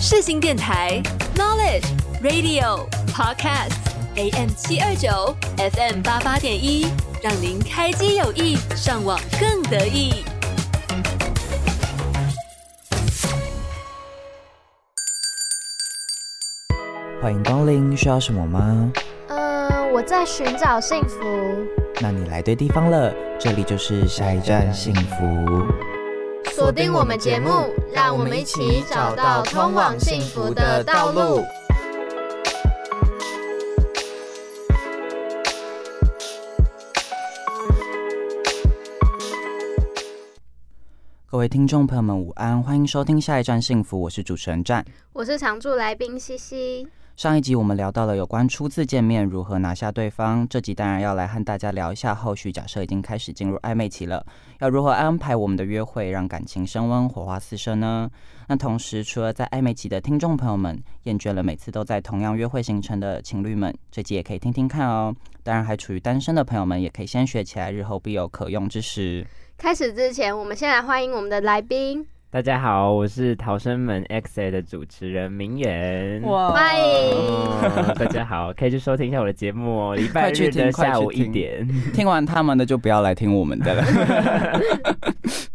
世新电台 Knowledge Radio Podcast AM 七二九 FM 八八点一，让您开机有意，上网更得意。欢迎光临，需要什么吗？嗯，我在寻找幸福。那你来对地方了，这里就是下一站幸福。锁定我们节目，让我们一起找到通往幸福的道路。各位听众朋友们，午安，欢迎收听下一站幸福，我是主持人站。我是常驻来宾西西。上一集我们聊到了有关初次见面如何拿下对方，这集当然要来和大家聊一下后续。假设已经开始进入暧昧期了，要如何安排我们的约会，让感情升温、火花四射呢？那同时，除了在暧昧期的听众朋友们厌倦了每次都在同样约会行程的情侣们，这集也可以听听看哦。当然，还处于单身的朋友们也可以先学起来，日后必有可用之时。开始之前，我们先来欢迎我们的来宾，大家好，我是逃生门 XA 的主持人明远。哇！欢迎。哦，大家好，可以去收听一下我的 节目哦，礼拜快去日听的快下去午一听点。听完他们的就不要来听我们的了。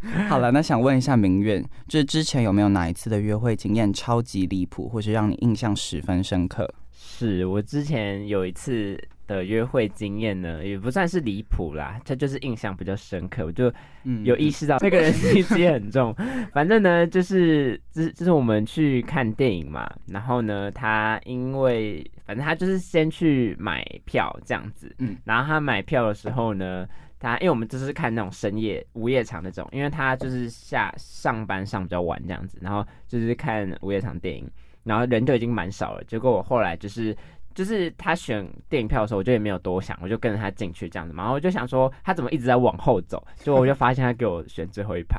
好了，那想问一下明月，就是之前有没有哪一次的约会经验超级离谱，或是让你印象十分深刻？是我之前有一次的约会经验呢，也不算是离谱啦，它就是印象比较深刻，我就嗯有意识到这个人 心机很重。反正呢，就是就是就是我们去看电影嘛，然后呢，他因为反正他就是先去买票这样子，嗯嗯，然后他买票的时候呢。他因为我们就是看那种深夜午夜场那种，因为他就是下上班上比较晚这样子，然后就是看午夜场电影，然后人就已经蛮少了。结果我后来就是就是他选电影票的时候，我就也没有多想，我就跟着他进去这样子嘛。然后我就想说他怎么一直在往后走，结果我就发现他给我选最后一排。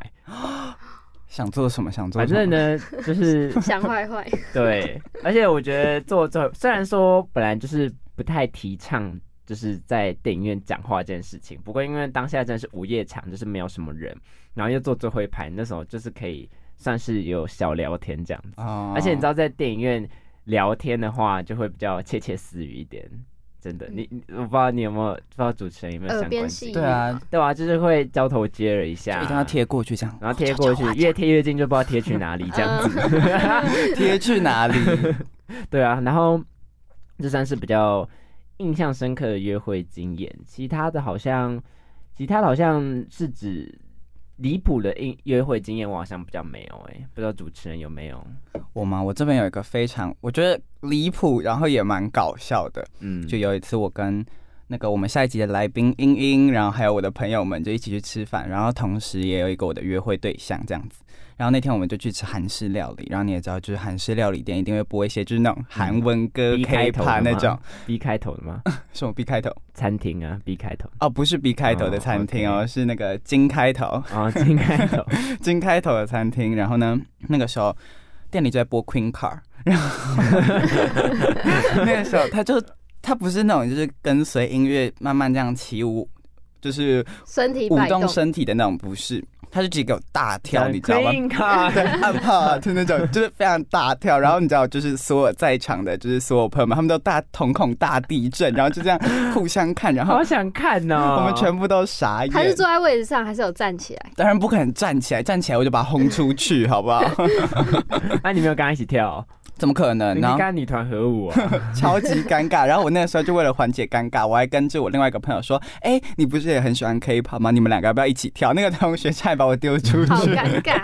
想做什么？想做反什么？正呢，就是想坏坏，对，而且我觉得做最后，虽然说本来就是不太提倡。就是在电影院讲话这件事情，不过因为当下真的是午夜场，就是没有什么人，然后又坐最后一排，那时候就是可以算是有小聊天这样子。哦而且你知，道，在电影院聊天的话，就会比较窃窃私语一点。真的，你你我不知道你有没有，不知道主持人有没有嗯耳相边关细经语验对啊，对啊，就是会交头接耳一就下，一定要，贴哦过去这样，然后贴过去，越贴越近，就不知道贴 去哪里这样子。嗯贴去哪里？ 对啊，然后这算是比较印象深刻的约会经验，其他的好像，其他的好像是指离谱的应约会经验，我好像比较没有哎、不知道主持人有没有？我吗？我这边有一个非常我觉得离谱，然后也蛮搞笑的。嗯，就有一次我跟那个我们下一集的来宾英英，然后还有我的朋友们就一起去吃饭，然后同时也有一个我的约会对象这样子。然后那天我们就去吃韩式料理，然后你也知道，就是韩式料理店一定会播一些就是那种韩文歌嗯 B 开开头的趴那吗种， B 开头的吗？什么 B 开头餐厅啊，B 开头哦，不是 B 开头的哦餐厅哦， ，OK 是那个金开头，啊，金开头，金开头的餐厅。然后呢，那个时候店里就在播 Queen Car，然后 那个时候他就他不是那种就是跟随音乐慢慢这样起舞，就是身体舞摆动身体的那种，不是，他就直接给我大 跳，你知道吗？ Queen Card 对， 很怕就那种，就是非常大跳。然后你知道，就是所有在场的，就是所有朋友们，他们都大瞳孔大地震，然后就这样互相看，然后好想看哦。我们全部都傻眼。他是坐在位置上，还是有站起 来？当然不可能站起来，站起来我就把他轰出去，好不好？啊，你没有跟他一起跳，怎么可能？你然跟后他女团 合舞啊？超级尴尬。然后我那个时候就为了缓解尴尬，我还跟着我另外一个朋友说：“哎、你不是也很喜欢 K-pop 吗？你们两个要不要一起跳？”那个同学差点把我丢出好去。尴尬。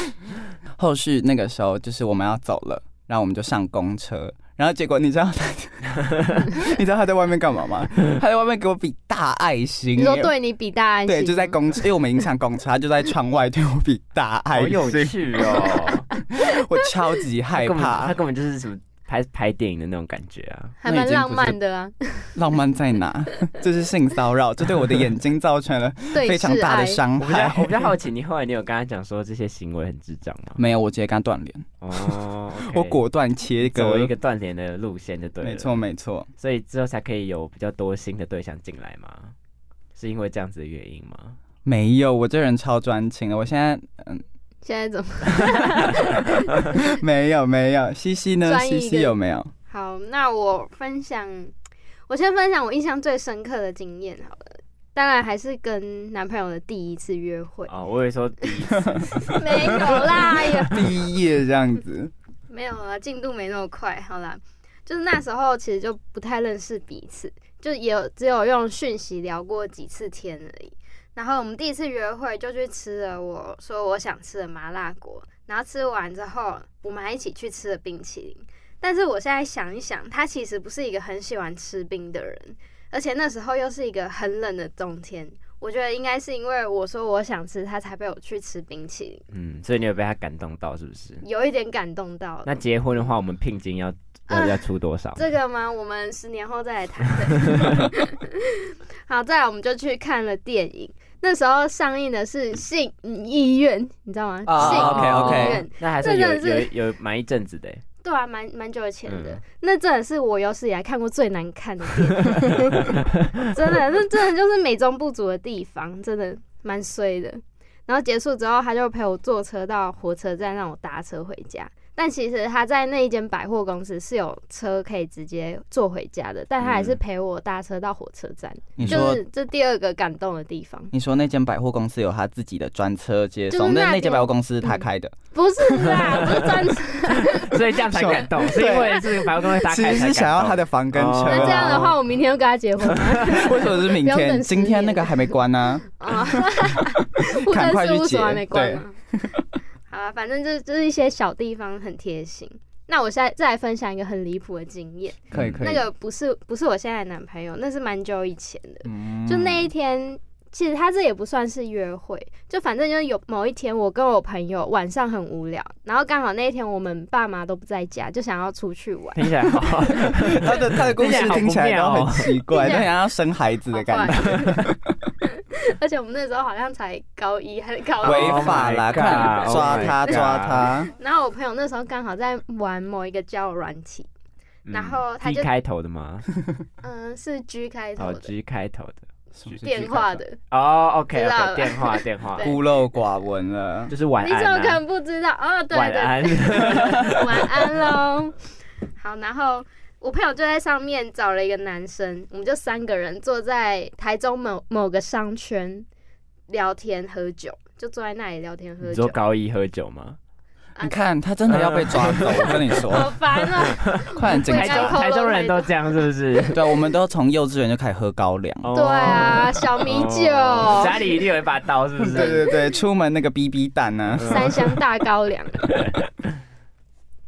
后续那个时候就是我们要走了，然后我们就上公车。然后结果你知道他，你知道他 在外面干嘛吗？他在外面给我比大爱心。你说对你比大安心对，就在吗公车，因为我们已经上公车，他就在窗外对我比大爱好心，有趣哦， 我超级害他根本怕。他根本就是什么拍拍电影的那种感觉啊。还那已蛮经浪不是漫的啊，浪漫在 哪？这是性骚扰，这对我的眼睛造成了对非常大的是爱。哎伤我比 较害。我比较好奇，你后来你有跟他讲说这些行为很智障 吗？没有，我直接跟他断联，，哦我果断切走割。一个断联的路线就对了。没错，，没错，所以之后才可以有比较多新的对象进来嘛？是因为这样子的原因吗？啊没有，我这人超专情的。我现在嗯， 现在怎么？没有没有，西西呢？专一西一西个有没有？好，那我分享，我先分享我印象最深刻的经验好了。当然还是跟男朋友的第一次约会，哦，我也说第一次， 没有啦，哎呀，第一页这样子，没有啊，进度没那么快。好啦，就是那时候其实就不太认识彼此，就也有只有用讯息聊过几次天而已。然后我们第一次约会就去吃了我说我想吃的麻辣锅，然后吃完之后我们还一起去吃了冰淇淋。但是我现在想一想，他其实不是一个很喜欢吃冰的人，而且那时候又是一个很冷的冬天，我觉得应该是因为我说我想吃，他才被我去吃冰淇淋，嗯，所以你有被他感动到是不是？有一点感动到了。那结婚的话，我们聘金要要要出多少？这个吗？我们十年后再来谈。 好，再来我们就去看了电影。那时候上映的是《信医院》，你知道啊吗？哦信，OK，OK 医院，那还是有这个是有有蛮一阵子的欸，对啊，蛮蛮久以前的。嗯那真的是我有史以来看过最难看的电影， 真的，那真的就是美中不足的地方，真的蛮衰的。然后结束之后，他就陪我坐车到火车站，让我搭车回家。但其实他在那一间百货公司是有车可以直接坐回家的，但他还是嗯陪我搭车到火车站， 你就说是这第二个感动的地方。你说那间百货公司有他自己的专车接就送，是那那那间边百货公司他开的，不是啦，不是专车，所以这样才 感动，是因为这个百货公司打其开实是才想感要动他。的房跟车。啊哦嗯那这样的话，我明天就跟他结婚吗？ 为什么是明不用天？等十今天那个年还没关呢、啊，户赶快政去事务解所还没关吗？好啊，反正就是就是一些小地方很贴心。那我现在再来分享一个很离谱的经验，可以可以。那个不是不是我现在的男朋友，那是蛮久以前的。嗯就那一天，其实他这也不算是约会，就反正就是有某一天，我跟我朋友晚上很无聊，然后刚好那一天我们爸妈都不在家，就想要出去玩。听起来 好，嗯他的他的故事听起来都很奇怪， 啊就听起来好不妙哦很像要生孩子的感觉，觉。 而且我们那时候好像才高一还是高怪二，违法啦！ Oh my 快点 God，抓 Oh my 他 God 抓他！然后我朋友那时候刚好在玩某一个交友软体，然后他嗯 T 就开头的吗？嗯，是 G 开头哦的， ，G 开头的。电话的，哦，OK 知道 OK，了 电话电话，孤陋寡闻了。 就是晚你怎么安可啊，能不知道？哦，对晚对，安。 晚安喽。好，然后我朋友就在上面找了一个男生，我们就三个人坐在台中某某个商圈聊天喝酒，就坐在那里聊天喝你酒说，高一喝酒吗？啊你看，他真的要被抓 走，我跟你好哦说，烦啊！快点警台应该中察！台中人都这样是不是？对，啊我们都从幼稚园就开始喝高粱。 哦对啊，小米酒、哦家里一定有一把刀是不 嗯对是？对对，出门那个 BB 弹呢？ 三箱大高粱。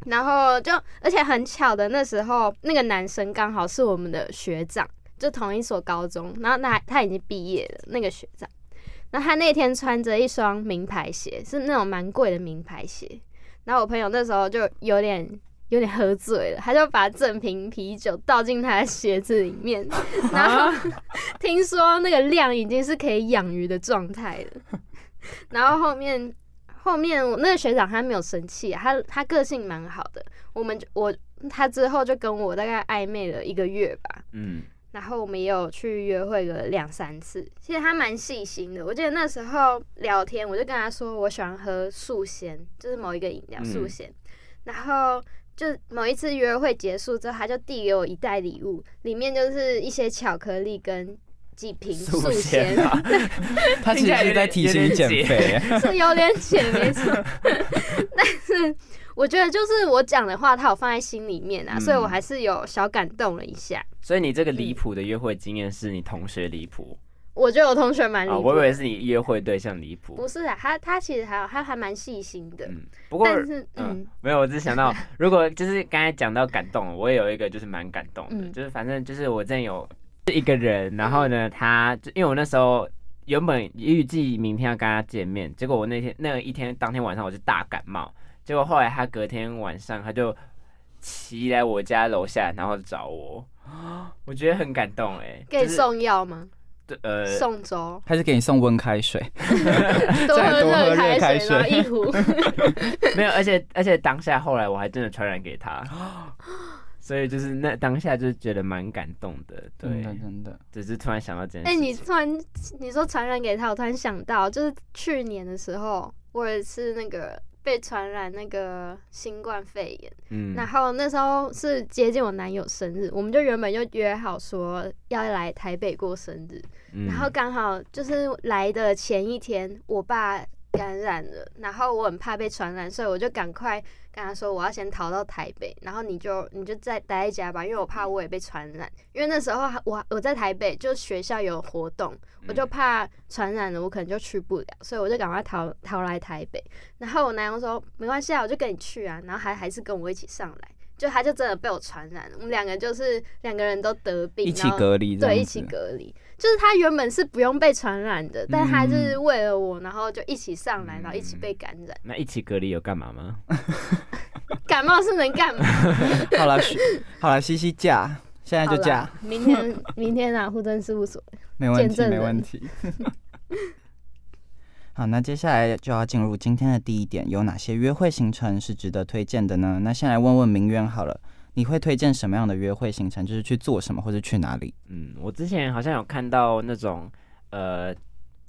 然后就，而且很巧的，那时候那个男生刚好是我们的学长，就同一所高中，然后那他已经毕业了，那个学长。然后他那天穿着一双名牌鞋，是那种蛮贵的名牌鞋。然后我朋友那时候就有点有点喝醉了，他就把整瓶啤酒倒进他的鞋子里面，然后听说那个量已经是可以养鱼的状态了。 然后后面后面我那个学长他没有生气啊、他他个性蛮好的。我们就我他之后就跟我大概暧昧了一个月吧，嗯，然后我们也有去约会个两三次。其实他蛮细心的，我记得那时候聊天，我就跟他说我喜欢喝素鲜，就是某一个饮料嗯素鲜，然后。就某一次约会结束之后，他就递给我一袋礼物，里面就是一些巧克力跟几瓶素鲜，啊他其实是在提醒你减肥。是有点浅，没 错。 但是我觉得，就是我讲的话，他有放在心里面啊，嗯所以我还是有小感动了一下。所以你这个离谱的约会经验是你同学离谱我觉得我同学蛮离啊？谱，我以为是你约会对象离谱不。是啊，他他其实还好，他还蛮细心的。嗯，不过但是，嗯嗯，，没有，我只是想到，如果就是刚才讲到感动，我也有一个就是蛮感动的，嗯就是反正就是我真的有一个人，然后呢，他就因为我那时候原本预计明天要跟他见面，结果我那天那一天当天晚上我就大感冒，结果后来他隔天晚上他就骑来我家楼下，然后找我， 我觉得很感动哎、给就你是送药吗？对呃送粥，还是给你送温开水，多再多喝热热开开水然后一壶。 没有，而且而且当下后来我还真的传染给他， 所以就是那当下就是觉得蛮感动的，对，真的。只是突然想到这件哎、事你情。突然你说传染给他，我突然想到，就是去年的时候，我也是那个被传染那个新冠肺炎，嗯，然后那时候是接近我男友生日，我们就原本就约好说要来台北过生日，嗯然后刚好就是来的前一天，我爸感染了，然后我很怕被传染，所以我就赶快跟他说我要先逃到台北，然后你就你就再待在家吧，因为我怕我也被传染，因为那时候我我在台北，就学校有活动，我嗯就怕传染了，我可能就去不了，所以我就赶快逃逃来台北。然后我男友说没关系啊，我就跟你去啊，然后还还是跟我一起上来。就他就真的被我传染了，我们两个就是两个人都得病，哦一起然后隔离这样对，子，一起隔离。就是他原本是不用被传染的，但他嗯就是为了我，然后就一起上来，然后一起被感染。那一起隔离有干嘛吗？感冒是能干嘛？好了，嘘好了，西西嫁，现在就好嫁啦，明天，明天啊，护政事务所。没问见题，证没人问题。 好，那接下来就要进入今天的第一点，有哪些约会行程是值得推荐的呢？那先来问问明渊好了，你会推荐什么样的约会行程？就是去做什么或者去哪里？嗯，我之前好像有看到那种呃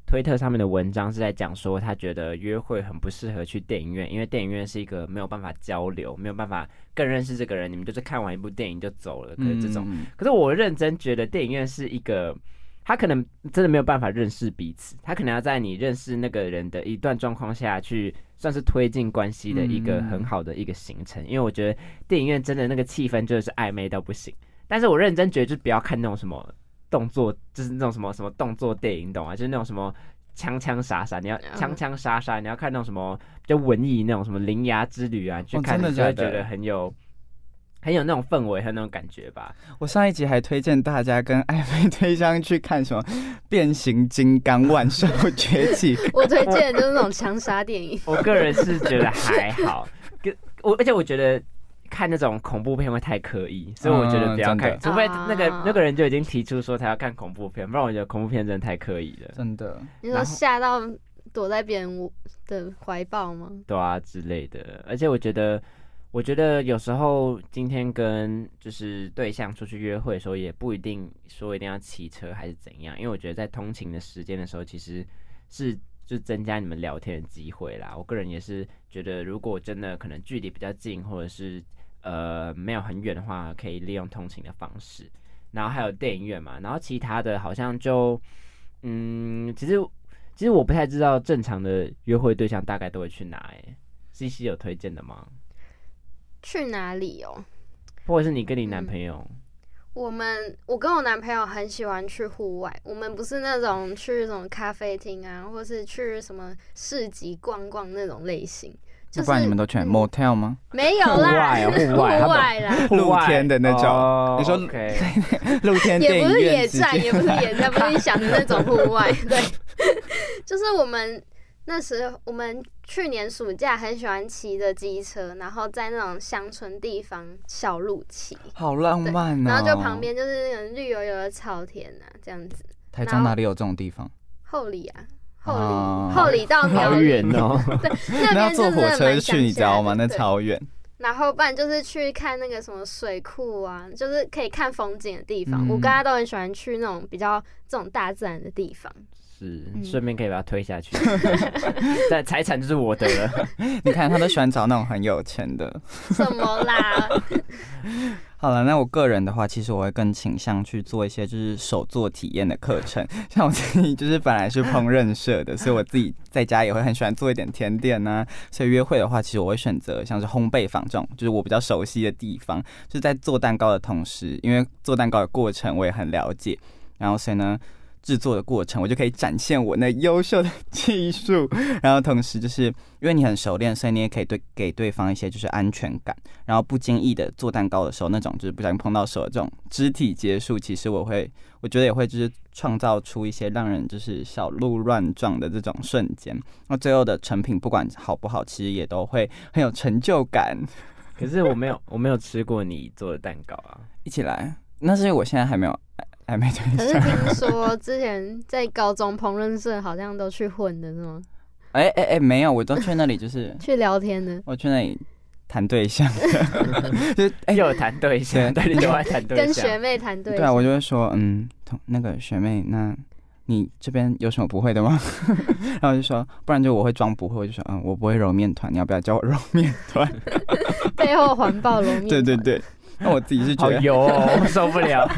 推特上面的文章是在讲说，他觉得约会很不适合去电影院，因为电影院是一个没有办法交流、没有办法更认识这个人，你们就是看完一部电影就走了，可是这种。嗯，可是我认真觉得电影院是一个，他可能真的没有办法认识彼此，他可能要在你认识那个人的一段状况下去，算是推进关系的一个嗯很好的一个行程。因为我觉得电影院真的那个气氛就是暧昧到不行，但是我认真觉得就不要看那种什么动作，就是那种什么什么动作电影，你懂吗？就是那种什么。枪枪杀杀，你要嗯，枪枪杀杀，你要看那种什么比较文艺那种什么《铃芽之旅》啊，你去哦看真的你就会假的觉得很有很有那种氛围，很有那种感觉吧。我上一集还推荐大家跟暧昧对象去看什么《变形金刚万兽崛 起》我推荐的就是那种枪杀电影，我个人是觉得还好，跟我而且我觉得看那种恐怖片会太刻意，所以我觉得不要看，嗯真的除非那个啊那个人就已经提出说他要看恐怖片，不然我觉得恐怖片真的太刻意了，真的。你说吓到躲在别人的怀抱吗？对啊之类的。而且我觉得，我觉得有时候今天跟就是对象出去约会的时候，也不一定说一定要骑车还是怎样，因为我觉得在通勤的时间的时候，其实是就增加你们聊天的机会啦。我个人也是觉得，如果真的可能距离比较近，或者是呃没有很远的话，可以利用通勤的方式。然后还有电影院嘛，然后其他的好像就，嗯，其实其实我不太知道正常的约会对象大概都会去哪、欸。C C 有推荐的吗？去哪里哦？或者是你跟你男朋友？我们我跟我男朋友很喜欢去户外，我们不是那种去什么咖啡厅啊，或是去什么市集逛逛那种类型，就不然你是们都啊选嗯 motel 吗？没有啦，户外哦户外他们啦， 露天的那种哦你说 OK，露天电也不影是院野直战，接也不是野战，不是你想的那种户外。对， 就是我们那时我们去年暑假很喜欢骑着机车，然后在那种乡村地方小路骑，好浪漫哦。然后就旁边就是那种绿油油的草田啊，这样子。台然中后哪里有这种地方？后里啊，后里、哦后里到苗好栗，远 哦。对，那那边要坐就是火真的车蛮去，你知乡下道的吗？那对超远。然后不然就是去看那个什么水库啊，就是可以看风景的地方。嗯我跟他都很喜欢去那种比较这种大自然的地方。 是，嗯顺便可以把它推下去。 但财产就是我的了。 你看，他都喜欢找那种很有钱的。什么啦？好了，那我个人的话，其实我会更倾向去做一些就是手作体验的课程。 像我自己就是本来是烹饪社的，所以我自己在家也会很喜欢做一点甜点呐、所以约会的话，其实我会选择像是烘焙坊这种，就是我比较熟悉的地方。就是在做蛋糕的同时，因为做蛋糕的过程我也很了解，然后所以呢。制作的过程，我就可以展现我那优秀的技术，然后同时就是因为你很熟练，所以你也可以对给对方一些就是安全感。然后不经意的做蛋糕的时候，那种就是不小心碰到手的这种肢体接触，其实我会，我觉得也会就是创造出一些让人就是小鹿乱撞的这种瞬间。那最后的成品不管好不好，其实也都会很有成就感。可是我没有，我没有吃过你做的蛋糕啊。一起来，那是我现在还没有还没对可象。是听说之前在高中烹饪社好像都去混的是吗？哎哎哎，没有，我都去那里就是去聊天的，我去那里谈对象，就是哎。又有谈对象，对对，你又爱谈对跟象啊学。妹谈对对啊，我就会说，嗯，同那个学妹，那你这边有什么不会的吗？ 然后我就说，不然就我会装不会，我就说，嗯，我不会揉面团，你要不要教我揉面团？背后环抱龙 面，对对，对，那我自己是觉好得，油 哦，我受不了。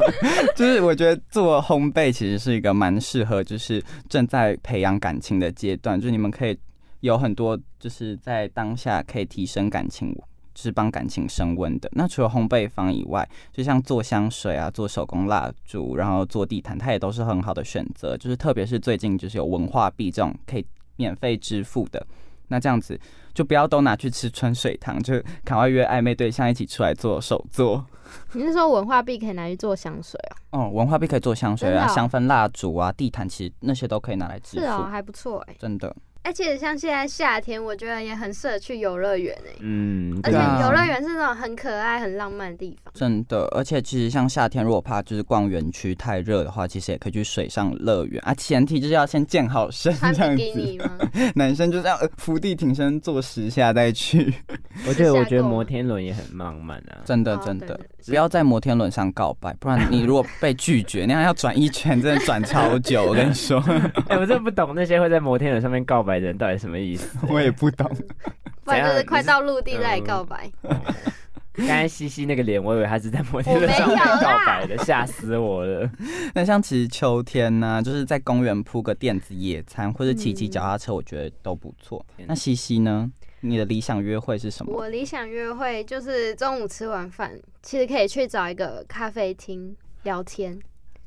就是我觉得做烘焙其实是一个蛮适合，就是正在培养感情的阶段，就是你们可以有很多就是在当下可以提升感情，就是帮感情升温的。那除了烘焙坊以外，就像做香水啊、做手工蜡烛，然后做地毯，它也都是很好的选择。就是特别是最近就是有文化币这种可以免费支付的。那这样子就不要都拿去吃春水堂，就 赶快约暧昧对象一起出来做手作。你是说文化币可以拿去做香水哦？哦，文化币可以做香水真啊、的哦香氛蜡烛啊、地毯，其实那些都可以拿来致是富。哦，还不错哎。真的，而且像现在夏天，我觉得也很适合去游乐园哎，嗯，而对且啊游乐园是那种很可爱、很浪漫的地方。真的，而且其实像夏天，如果怕就是逛园区太热的话，其实也可以去水上乐园啊。前提就是要先健好身 穿这样比基尼子， 吗？男生就是要呃伏地挺身做十下再 去。我觉得我下觉得够摩了天轮也很浪漫啊。 真的哦真对的对，不要在摩天轮上告白，不然你如果被拒绝，那样要转一圈，真的转超久。我跟你 说，哎、我真的不懂那些会在摩天轮上面告白的人到底什么意思。我也不懂。不然就是快怎到陆地再来告白。刚才西西那个脸，我以为他是在摩天轮上面我没有啦告白的，吓死 我了。那像其实秋天呢、就是在公园铺个垫子野餐，或者骑骑嗯脚踏车，我觉得都不错。那西西呢？你的理想约会是什么？我理想约会就是中午吃完饭，其实可以去找一个咖啡厅聊天。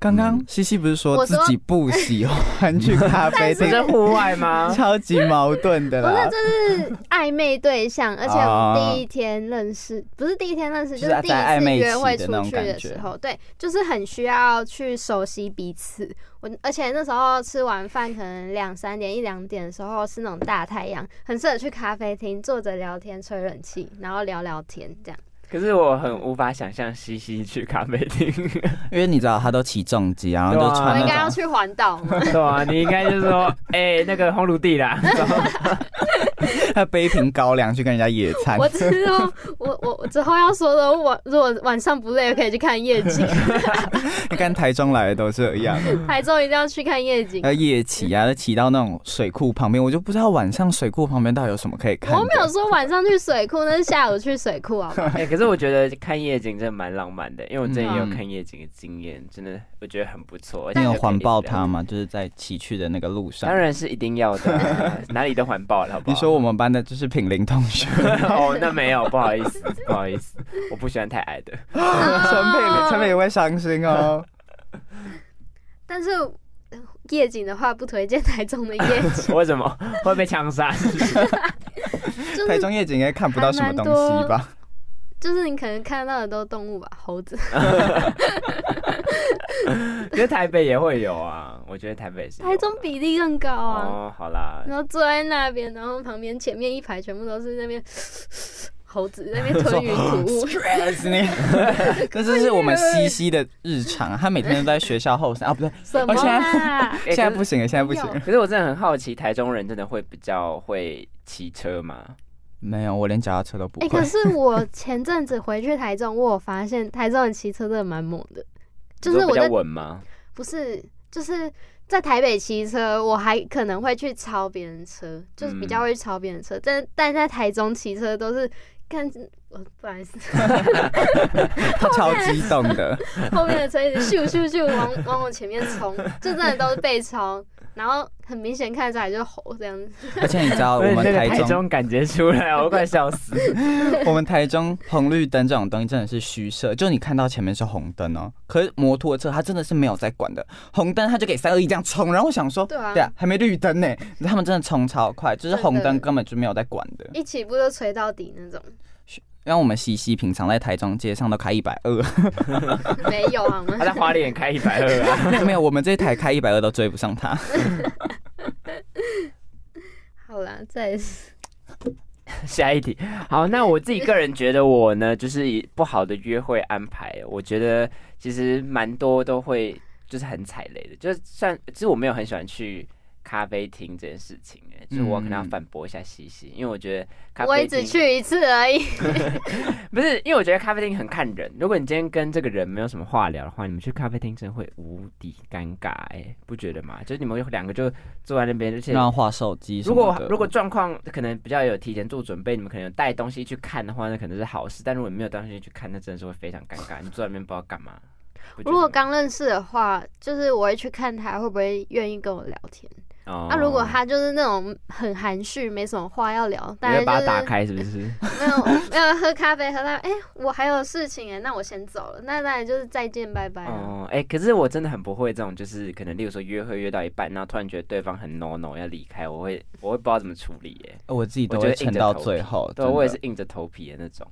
刚刚西西不是说我自说己不喜欢 去咖啡这厅，是户外吗？超级矛盾的不是啦，。哦这是暧昧 对象，而且我哦们第一天认识，不是第一天认识，就就是是第一在暧次昧约会期的出那种去感的觉时候，对，就是很需要去熟悉彼此。我而且那时候吃完饭，可能两三点、一两点的时候是那种大太阳，很适合去咖啡厅坐着聊天、吹冷气，然后聊聊天这样。 可是我很无法想象西西去咖啡 厅。 因为你知道他都骑重机，然后就对啊我穿应该那要种。去环岛 吗？对啊，你应该就是说，哎、那个红炉 地啦，他背一瓶高粱去跟人家野餐我，之后，我我我之后要说的，我如果晚上不累，可以去看夜景。 你看台中来的都这 样，台中一定要去看夜景。要夜骑啊，骑到那种水库旁边，我就不知道晚上水库旁边到底有什么可以看的。我没有说晚上去水库，那是下午去水库啊。 哎、可是我觉得看夜景真的蛮浪漫的，因为我之前也有看夜景的经验，真的我觉得很不错。而嗯且你有就可以环抱一直聊他吗？就是在骑去的那个路上当。然是一定要的啊， 哪里都环抱了，好不好？你说我们班的就是品林同学， 哦，那没有，不好意思，不好意思，我不喜欢太矮的。 陈品林，陈品林会伤心哦。但是呃夜景的话，不推荐台中的 夜景，为什么会被枪杀？就台是中夜景应该看不到什么东西吧？就是你可能看到的都动物吧，猴哦子。 可是台北也会有啊，我觉得台北是有的台中比例更高啊，哦，好啦，然后坐在那边，然后旁边前面一排全部都是那边猴子在那 边吞云吐雾。死哎你！这就是我们西西的日常，他每天都在学校后山啊，不对，什么而且啦？哎现在不。行了，现在不行没有了。可是可是我真的很好奇，台中人真的会比较会骑车吗？没有，我连脚踏车都不 哎、会可。是我前阵子回去台中，我有发现台中人骑车真的蛮猛的，就是你说我比较在稳吗？不是，就是在台北骑车，我还可能会去超别人车，就是比较会去超别人车。但但在台中骑车都是看，我不好意思，他超激动的，后面的车一直咻咻咻往往我前面冲，就真的都是被超，然后很明显看得出来就是吼这样子。而且你知呃 道我们那个台台中，中感觉出来，我快笑死。 我们台中红绿灯这种东西真的是虚设，就你看到前面是红灯哦，可是摩托车它真的是没有在管的，红灯它就给三二一这样冲，然后我想说，对啊对啊，还没绿灯呢，他们真的冲超快，就是红真灯的根本就没有在管的。一起步就吹到底那种， 因为我们西西平常在台中街上都开一百二， 没有啊好吗 他？在花莲开一百二啊，没有，我们这台开一百二都追不上他。好啦，再来是下一题。好，那我自己个人觉得我呢，就是以不好的约会安排，我觉得其实蛮多都会就是很踩雷的。就是算，其实我没有很喜欢去咖啡厅这件事情、欸，就是我可能要嗯反驳一下西西，因为我觉得咖我啡也厅只去一次而已。 不是，因为我觉得咖啡厅很看人。如果你今天跟这个人没有什么话聊的话，你们去咖啡厅真的会无敌尴尬、哎，不觉得吗？就是你们两个就坐在那边，而且让他划手机什如么果的。如果状况可能比较有提前做准备，你们可能有带东西去看的话，那可能是好事；但如果你没有带东西去看，那真的是会非常尴尬。你坐在那边不知道干嘛。不觉如果得吗刚认识的话，就是我会去看他会不会愿意跟我聊天。哦那、啊如果他就是那种很含蓄，没什么话要聊，你当然就会把是它打开，是不是？没有没有喝咖啡，喝到哎、我还有事情哎、那我先走了。那当然就是再见拜拜、啊。哦，哎、可是我真的很不会这种，就是可能，例如说约会约到一半，然后突然觉得对方很 no no 要离开，我会我会不知道怎么处理、哎。呃我自己都我觉会得撑硬着到头最皮后，对哦啊真我也的是。硬着头皮的那种。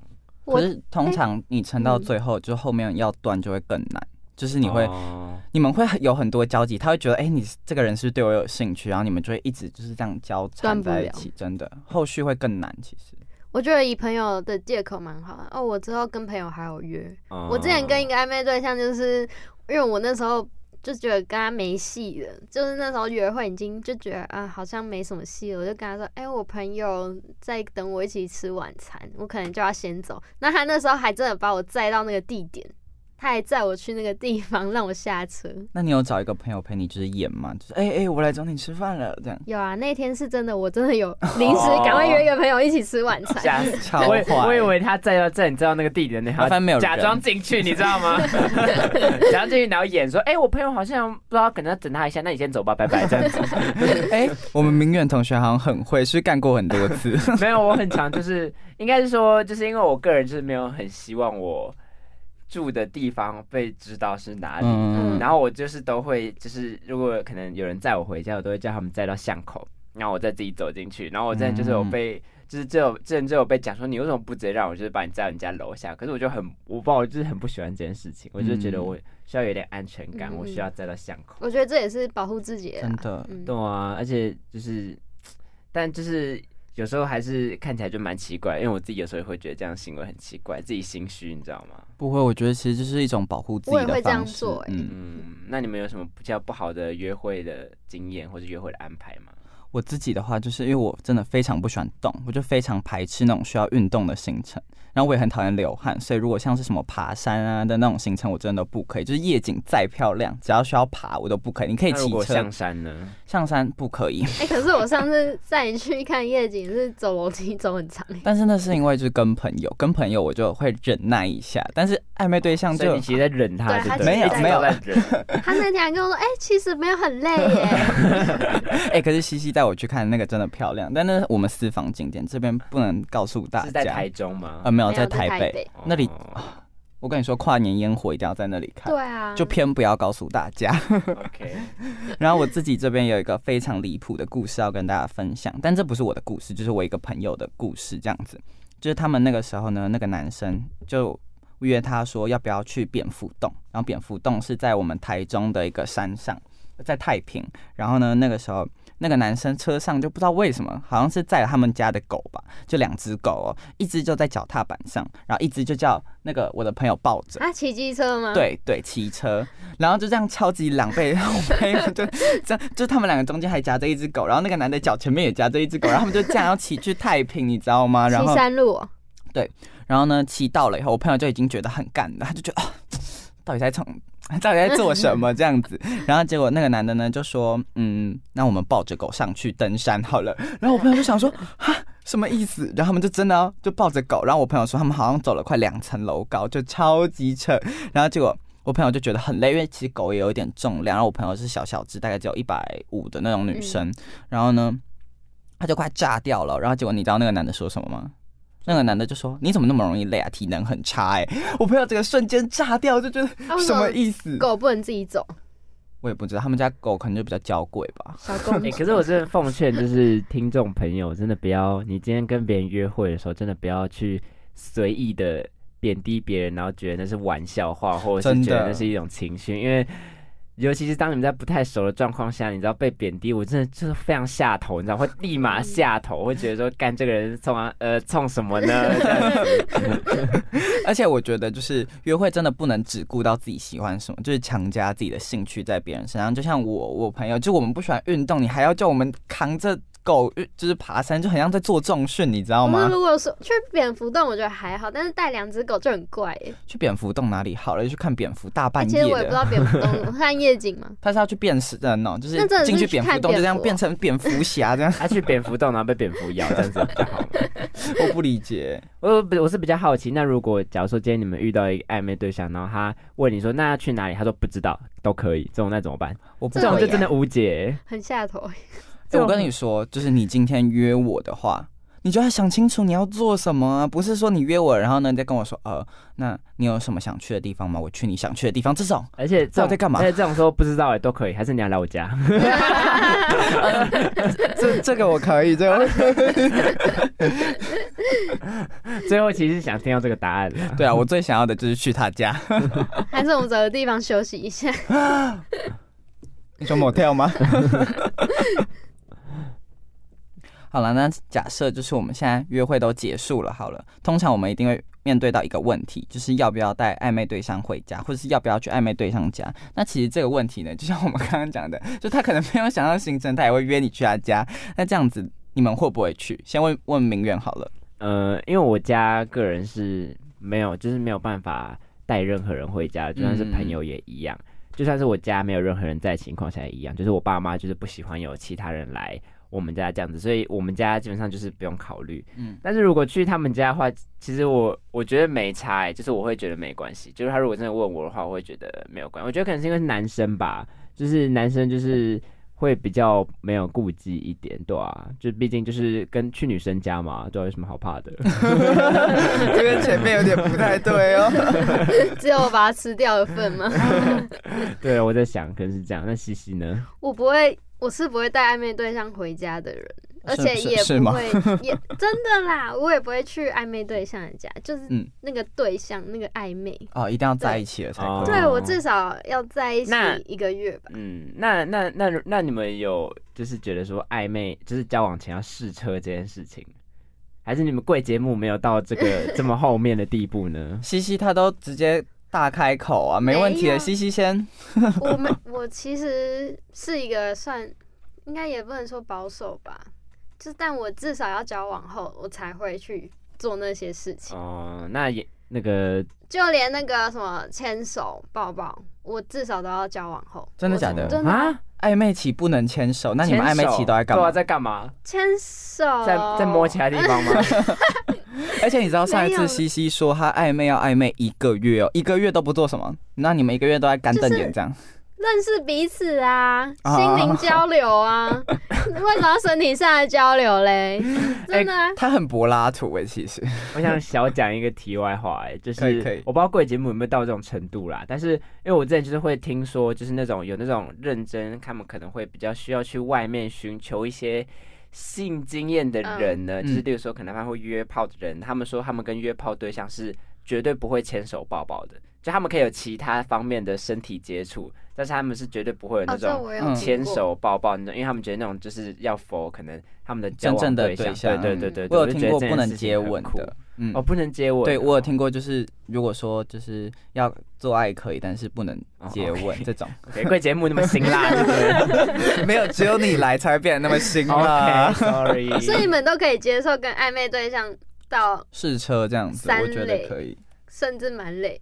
可我嗯是通常你撑到最后，就后面要断就会更难，就是你会哦你们会有很多交集，他会觉得，哎、你这个人是不是对我有兴趣，然后你们就会一直就是这样交缠断不在一了起，真的，后续会更难。其实，我觉得以朋友的借口蛮好的哦。我之后跟朋友还有约，哦我之前跟一个暧昧对象，就是因为我那时候就觉得跟他没戏了，就是那时候约会已经就觉得啊，好像没什么戏了，我就跟他说，哎、我朋友在等我一起吃晚餐，我可能就要先走。那他那时候还真的把我载到那个地点，他还载我去那个地方让我下车。那你有找一个朋友陪你就是演吗？就是，哎、哎、我来找你吃饭了，这样有啊，那天是真的，我真的有临时赶快约一个朋友一起吃晚餐。假超我以坏我以为他在到在你知道那个地点那，麻烦没有人假装进去，你知 道吗？假装进去，然后演说，哎、我朋友好像不知道，可能要等他一下，那你先走吧，拜拜，这样子。 哎、我们明远同学好像很会，是不是干过很多次。没有，我很常就是，应该是说，就是因为我个人就是没有很希望我住的地方被知道是哪里，嗯，然后我就是都会，就是如果可能有人载我回家，我都会叫他们载到巷口，然后我再自己走进去。然后我真的就是有嗯被，就是这有之前就有被讲说，你为什么不直接让我就是把你载到你家楼下？可是我就很，我不知道，我就是很不喜欢这件事情，我就觉得嗯我需要有点安全感，嗯我需要载到巷口。我觉得这也是保护自己的啦真的，嗯对啊，而且就是，但就是。有时候还是看起来就蛮奇怪，因为我自己有时候也会觉得这样行为很奇怪，自己心虚，你知道吗？不会，我觉得其实就是一种保护自己我也的会这样方式做。哎嗯，嗯，那你们有什么比较不好的约会的经验或者约会的安排吗？我自己的话，就是因为我真的非常不喜欢动，我就非常排斥那种需要运动的行程。然后我也很讨厌流汗，所以如果像是什么爬山啊的那种行程，我真的不可以。就是夜景再漂亮，只要需要爬，我都不可以。你可以那骑如果车上山呢？上山，不可以。哎、可是我上次载你去看夜景是走楼梯走很长、欸，但是那是因为就是跟朋友，跟朋友我就会忍耐一下。但是暧昧对象 所以就你其实在忍他，对就他对没有一直都没有 在忍。他那天还跟我说，哎、其实没有很累耶。哎、可是西西带我去看那个真的漂亮，但那是我们私房景点，这边不能告诉大是在家台。中吗？呃，没有没有在在台台北北那里， 哦我跟你说，跨年烟火一定要在那里看，对啊，就偏不要告诉大家。 OK，然后我自己这边有一个非常离谱的故事要跟大家分享，但这不是我的故事，就是我一个朋友的故事，这样子。就是他们那个时候呢，那个男生就呃约他说要不要去蝙蝠洞，然后蝙蝠洞是在我们台中的一个山上，呃在太平。然后呢，那个时候那个男生车上就不知道为什么，好像是载了他们家的狗吧，就两只狗哦，一只就在脚踏板上，然后一只就叫那个我的朋友抱着。他骑机车吗？，对对，骑车，然后就这样超级狼狈， 然后我朋友就这样，就他们两个中间还夹着一只狗，然后那个男的脚前面也夹着一只狗，然后他们就这样要骑去太平，你知道吗？啊然骑后山路哦、然后呢，骑到了以后，我朋友就已经觉得很干了，他就觉得哦，到底在从 到底在做什么这样子？ 然后结果那个男的呢就说，嗯，那我们抱着狗上去登山好了。然后我朋友就想说，哈，什么意思？然后他们就真的、哦、就抱着狗。然后我朋友说，他们好像走了快两层楼高，就超级扯。然后结果。我朋友就觉得很累，因为其实狗也有一点重量。然后我朋友是小小只，大概只有一百五的那种女生。然后呢，他就快炸掉了。然后结果你知道那个男的说什么吗？那个男的就说：“你怎么那么容易累啊？体能很差哎、 我朋友整个瞬间炸掉，就觉得啊为什么么意思？狗不能自己走？我也不知道，他们家狗可能就比较娇贵吧。 小公哎，主可是我真的奉劝，就是听众朋友，真的不要，你今天跟别人约会的时候，真的不要去随意的贬低别人，然后觉得那是玩笑话，或者是真的觉得那是一种情绪，因为。尤其是当你们在不太熟的状况下，你知道被贬低，我真的就是非常下头，你知道会立马下头，会觉得说干这个人冲啊呃冲什么呢？这样子。而且我觉得，就是约会真的不能只顾到自己喜欢什么，就是强加自己的兴趣在别人身上。就像我，我朋友，就我们不喜欢运动，你还要叫我们扛着狗，呃就是爬山，就很像在做重训，你知道不是，吗？如果说去蝙蝠洞，我觉得还好，但是带两只狗就很怪耶。去蝙蝠洞哪里好了？去看蝙蝠，大半其夜实我也不知的。道蝙蝠洞看夜景嘛，他是要去变身的呢，就是那真的是进去去蝙蝠看洞，就这样变蝙成蝙蝠侠 这样他去蝙蝠洞，然后被蝙蝠咬，这样子比较好吗？我不理解，我不我是比较好奇，那如果假如说今天你们遇到一个暧昧对象，然后他问你说那要去哪里，他说不知道，都可以，这种那怎么办？我不 这这种种会就就真真的无解。很下头。欸、我跟你说，就是你今天约我的话，你就要想清楚你要做什么啊，不是说你约我，然后呢你再跟我说，呃，那你有什么想去的地方吗？我去你想去的地方，这 种而且这知道种在干嘛而且这种说不知道也都可以，还是你要来我家？ 这这个我可以，这 个最后其实是想听到这个答案啦。对啊，我最想要的就是去他家，还是我们找个地方休息一 下。你说 motel 吗？ 好了，那假设就是我们现在约会都结束了，好了，通常我们一定会面对到一个问题，就是要不要带暧昧对象回家，或者是要不要去暧昧对象家。那其实这个问题呢，就像我们 刚刚讲的，就他可能没有想到行程，他也会约你去他家。那这样子，你们会不会去？先问问明远好了。呃，因为我家个人是没有，就是没有办法带任何人回家，就算是朋友也一样，就算是我家没有任何人在的情况下也一样，就是我爸妈就是不喜欢有其他人来我们家这样子，所以我们家基本上就是不用考虑。嗯嗯，但是如果去他们家的话，其实我我觉得没差、欸，就是我会觉得没关系，就是他如果真的问我的话，我会觉得没有关系。我觉得可能是因为是男生吧，就是男生就是。会比较没有顾忌一点，对啊，就毕竟就是跟去女生家嘛，对啊、有什么好怕的？ 这个前面有点不太对哦。只有我把它吃掉的份 吗？ 对，啊我在想可能是这样。那西西呢？我不会，我是不会带暧昧对象回家的人，而且是也是不吗会， 也真的啦，我也不会去暧昧对象的家，就是嗯那个对象、那个暧昧。 哦，一定要在一起了才可以。哦对我至少要在一起那一个月 吧。嗯，那那那那你们有就是觉得说暧昧，就是交往前要试车这件事情，还是你们贵节目没有到这 个这么后面的地步呢？西西他都直接大开口啊，没问题没的。有西西先，我们我其实是一个算，应该也不能说保守吧，就是但我至少要交往后，我才会去做那些事情，哦、那也那个就连那个什么牵手、抱抱，我至少都要交往后。真的我假的真的啊啊，暧昧期不能牵手，那你们牵暧昧手期都在干对嘛啊，？在干嘛？牵手，在在摸其他地方吗？而且你知道上一没次有西西说她暧昧要暧昧一个月哦，一个月都不做什么，那你们一个月都在干瞪眼这样，认识彼此啊，啊心灵交流 啊，为什么要身体上的交流嘞？哎真的、啊她很柏拉图诶，欸其实我想小讲一个题外话、哎，就可以是可以我不知道贵节目有没有到这种程度啦，但是因为我之前就是会听说，就是那种有那种认真，他们可能会比较需要去外面寻求一些性经验的人呢，嗯就是例如说可能他们会约炮的人，他们说他们跟约炮对象是绝对不会牵手抱抱的，就他们可以有其他方面的身体接触，但是他们是绝对不会有那哦，这种。我有嗯听过牵，手抱抱那种，因为他们觉得那种就是要否可能他们的交真正往的象，对象对对对对，我有就觉听得过这不件能事情接很吻酷的，嗯哦，，不能接吻。对我 有听过，就是如果说就是要做爱可以，但是不能接哦吻，OK 这种， 谁贵节目那么辛 辣，对不对没有只有你来才会变得那么辛哦 辣， ？OK，Sorry。所以你们都可以接受跟暧昧对象到试车这样子，三我觉得类可以，甚至蛮累，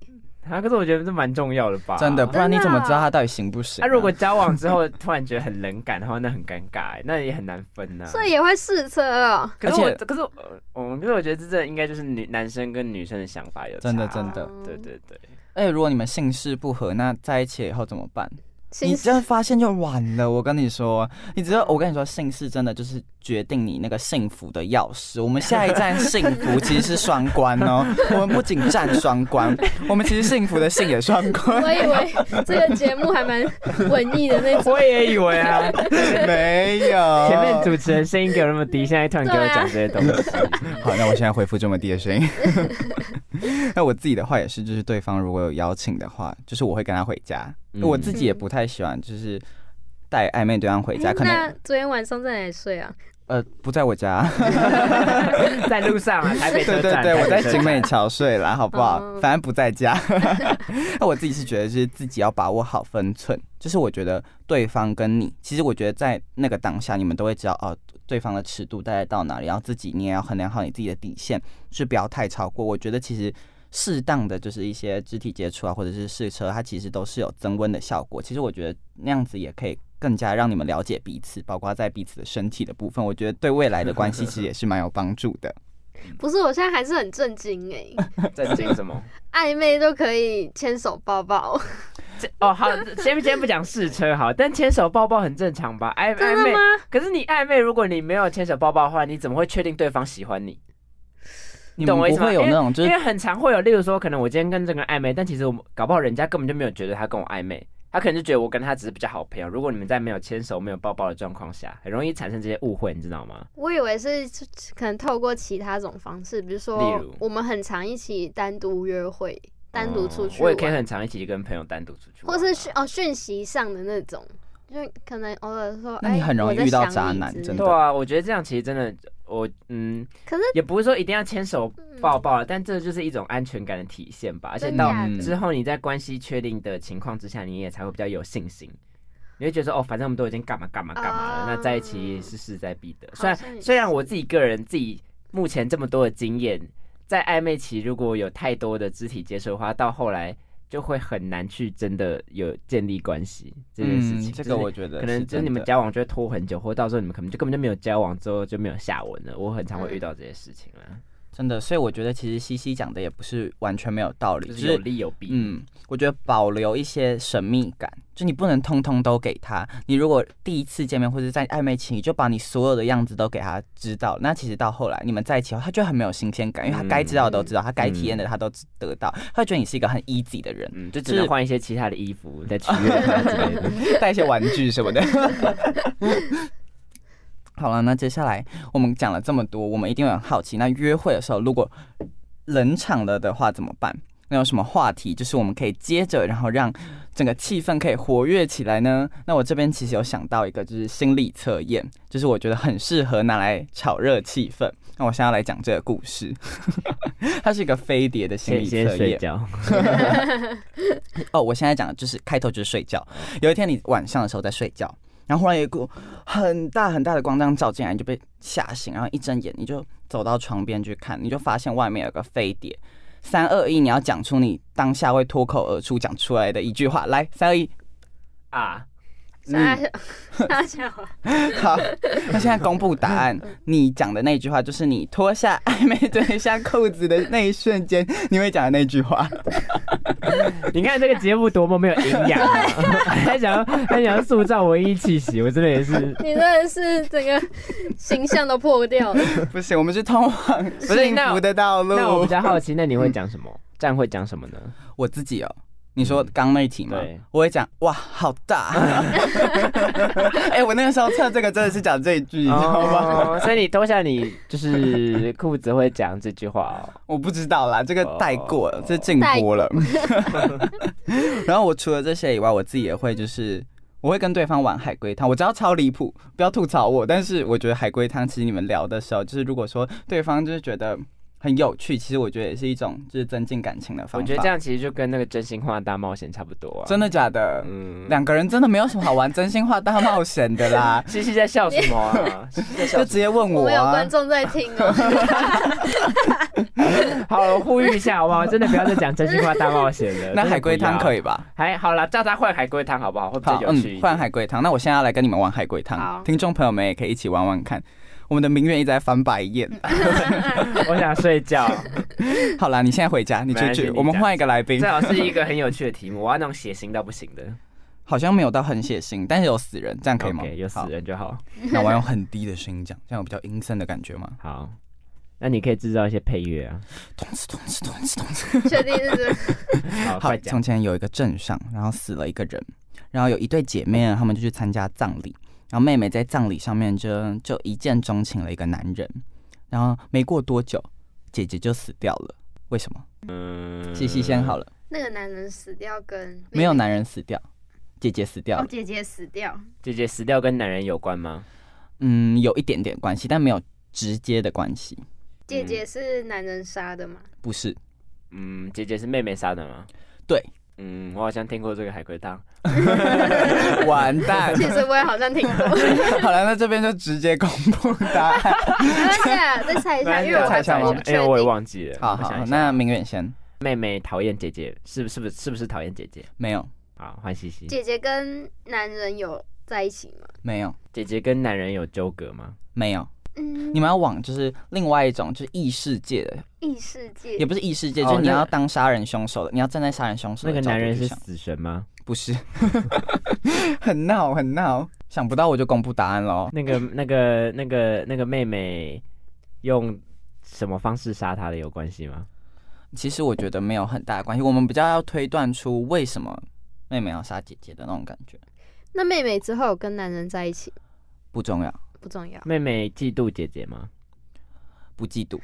啊，可是我觉得这蛮重要的吧？真 的，不然你怎么知道真的啊他到底行不行啊？那、如果交往之 后突然觉得很冷感的话，那很尴尬欸，那也很难分呐、啊所以也会试车哦。可是我而，且可是我，我可是我觉得这真的应该就是女男生跟女生的想法有差啊真的真的，对对对，哎，如果你们姓氏不合，那在一起以后怎么办？其你实这样发现就晚了。我跟你说，你知道，我跟你说，姓氏真的就是决定你那个幸福的钥匙。我们下一站幸福其实是双关 哦，我们不仅占双关，我们其实幸福的幸也双关我。以为 这个节目还蛮文艺的那种，我也以为啊，没有 前面主持人声音给我那么低，现在突然给我讲这些东 西，好，那我现在回复这么低的声音。那我自己的话也是，就是对方如果有邀请的话，就是我会跟他回家。嗯我哎自己也不太喜欢，就是带暧昧对象回家，可能那昨天晚上在哪里睡啊？呃，不在我家，在路上啊，台北对车对站，对，我台在北车景美站。桥睡啦，好不好？嗯反正不在家。 那我自己是觉得是自己要把握好分寸，就是我觉得对方跟你，其实我觉得在那个当下，你们都会知道哦，对方的尺度大概到哪里，然后自己你也要衡量好你自己的底线，是不要太超过。我觉得其实。适当的就是一些肢体接触啊，或者是试车，它其实都是有增温的效果。其实我觉得那样子也可以更加让你们了解彼此，包括在彼此的身体的部分，我觉得对未来的关系其实也是蛮有帮助的。不是，我现在还是很震惊哎、在景什么？暧昧都可以牵手抱抱，这哦，好，先先不讲试车好，但牵手抱抱很正常吧？暧真暧的昧，吗？可是你暧昧，如果你没有牵手抱抱的话，你怎么会确定对方喜欢你？你懂们我意不思吗会有那种就因是为很常会有，例如说，可能我今天跟这个人暧昧，但其实我们搞不好人家根本就没有觉得他跟我暧昧，他可能就觉得我跟他只是比较好朋友。如果你们在没有牵手、没有抱抱的状况下，很容易产生这些误会，你知道吗？我以为是可能透过其他种方式，比如例说如我们很常一起单独约会、单独哦出去嗯我也可以玩，很常一起跟朋友单独出去玩或啊，是讯哦讯息上的那种，就可能偶尔说，那你哎很容易我在遇到想渣你男之类真的对啊，我觉得这样其实真的，我嗯，可是也不是说一定要牵手嗯抱抱了，但这就是一种安全感的体现吧。而且真到假的之后，你在关系确定的情况之下，你也才会比较有信心。你会觉得说，哦，反正我们都已经干嘛干嘛干嘛了，啊那在一起是势在必得。好虽然像也虽然我自己个人自己目前这么多的经验，在暧昧期如果有太多的肢体接触的话，到后来就会很难去真的有建立关系嗯这件事情。嗯这就个是我觉得可能就是真你们的交往就会拖很久，或到时候你们可能就根本就没有交往，之后就没有下文了。我很常嗯会遇到这些事情啦，真的，所以我觉得其实西西讲的也不是完全没有道理，就就是有是利有弊。嗯，我觉得保留一些神秘感，就你不能通通都给他。你如果第一次见面或者在暧昧期，你就把你所有的样子都给他知道，那其实到后来你们在一起后，他就会很没有新鲜感，因为他该知道的都嗯知道，他该体验的他都得到，他会觉得你是一个很 easy 的人，嗯，就只能是换一些其他的衣服再取悦他啊之类 的。带一些玩具什么的。好了，那接下来我们讲了这么多，我们一定会很好奇，那约会的时候如果冷场了的话怎么办？那有什么话题就是我们可以接着，然后让整个气氛可以活跃起来呢？那我这边其实有想到一个，就是心理测验，就是我觉得很适合拿来炒热气氛。那我现在要来讲这个故事， 它是一个飞碟的心先理先测睡验。觉，哦，我现在讲的就是开头就是睡觉。有一天你晚上的时候在睡觉，然后忽然有一股很大很大的光这样照进来，你就被吓醒，然后一睁眼你就走到床边去看，你就发现外面有个飞碟。三二一，你要讲出你当下会脱口而出讲出来的一句话。来，三二一， 啊，嗯傻笑，傻笑啊， 好，那现在公布答案。你讲的那句话就是你脱下 暧昧对象裤子的那一瞬间，你会讲的那句话。 你看这个节目多么没有营养、啊， 还想要还想要塑造文艺气息，我真的也 是。你真的是整个形象都破 掉了。不行，我们是通往幸那福的道路。那我比较 好奇，那你嗯会讲什么？这样会讲什么呢？我自己哦，你说刚那一题吗？嗯对我会讲哇，好 大！哎、我那个时候测这个真的是讲这一句，你知道吗？哦，所以你脱下你就是裤子会讲这句话哦。我不知道啦，这个带过了哦，这禁播了。 然后我除了这些以外，我自己也会就是。我会跟对方玩海龟汤，我知道超离谱，不要吐槽我。但是我觉得海龟汤，其实你们聊的时候，就是如果说对方就是觉得很有趣，其实我觉得也是一种就是增进感情的方法。我觉得这样其实就跟那个真心话大冒险差不多啊。真的假的？嗯，两个人真的没有什么好玩真心话大冒险的啦 ，西西在笑什 么啊？西西在就笑直什接问我我们有啊观。众在听 哦，么？好了，我呼吁一下好 不好？真的不要再讲真心话大冒险了。那海龟汤可以？以吧？还哎好啦，叫他换海龟汤好不好？会比较好，有趣一嗯，点。换海龟汤。那我现在要来跟你们玩海龟好汤，听众朋友们也可以一起玩玩看。我们的明月一直在翻白 眼。我想睡 觉。好啦，你现在回家，你没出关系去，你我们讲换一个来宾最。好是一个很有趣的题目，我要那种血腥到不行的。好像没有到很血腥，但是有死人，这样可以吗 OK，？有死好。人就好。那我要用很低的声音讲，这样有比较阴森的感 觉吗？好，那你可以制造一些配乐啊。咚哧咚哧咚哧咚哧。确定是真的好，好快，讲。从前有一个镇上，然后死了一个人，然后有一对姐妹呢，她们就去参加葬礼，然后妹妹在葬礼上面就就一见钟情了一个男人，然后没过多久，姐姐就死掉了。为什么？嗯，西西先好了， 那个男人死掉跟呃没有男人死掉，姐姐死掉哦了。姐姐死掉，姐姐死掉跟男人有关吗？嗯，有一点点关系，但没有直接的关系。姐嗯姐是男人杀的吗？ 不是，嗯，姐姐是妹妹杀的吗？ 对，嗯，我好像听过这个海龟汤。完 蛋。其实我也好像听过，好了，那这边就直接公布答案。没关系啊，再猜一下，因为我猜还一下我吗不因确为哎我也定。忘记了。 好我想好，一下那明远先妹妹讨厌姐姐，是不是不是是不是讨厌姐姐？没有好，换西西。姐姐跟男人有在一起吗？没有姐姐跟男人有纠葛吗？没有，嗯你，们要往就是另外一种就是异世界的，异世界也不是异世界，哦就是你那要当杀人凶手的，你要站在杀人凶手那的个角男度人去是想。死神吗？不是， 很闹很闹，想不到我就公布答案哦喽。那个那个那个那个妹妹用什么方式杀他的有关系吗？其实我觉得没有很大的关系，我们比较要推断出为什么妹妹要杀姐姐的那种感觉，那妹妹之后有跟男人在一起不重要，不重要妹妹嫉妒姐姐吗？不嫉妒。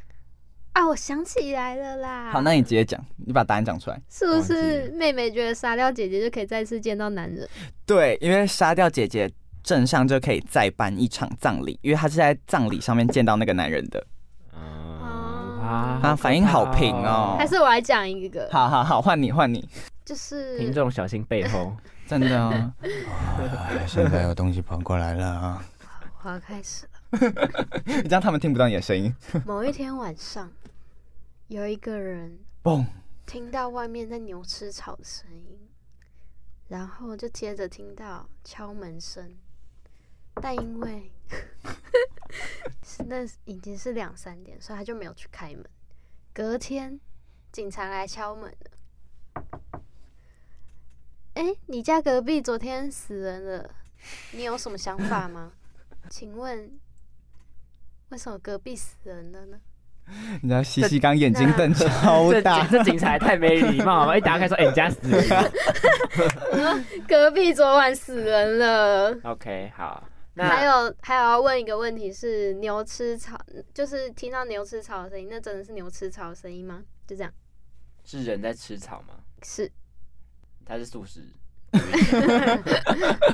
啊！我想起来了啦，好，那你直接讲，你把答案讲出来。是不忘记是妹妹觉得杀掉姐姐就可以再次见到男人？对，因为杀掉姐姐，镇上就可以再办一场葬礼，因为她是在葬礼上面见到那个男人的。嗯哦哇啊，反应好哦平哦。哦还是我来讲一个，好好好，换你换你，就是听众小心背 后，真的、哦。 现在有东西跑过来了啊！我要开始了。这样他们听不到你的声音。某一天晚上，有一个人嘣，听到外面在牛吃草的声音，然后就接着听到敲门声，但因为 是那已经是两三点，所以他就没有去开门。隔天，警察来敲门了。哎、你家隔壁昨天死人了，你有什么想法 吗？请问，为什么隔壁死人了呢？你知道西西刚眼睛瞪超这大这，这警察也太没礼貌 了吧！一打开说：“哎、你家死人了。隔壁昨晚死人了。” OK，好，还那有还有要问一个问题是牛吃草，就是听到牛吃草的声音，那真的是牛吃草的声音吗？就这样，是人在吃草吗？是他是 素食，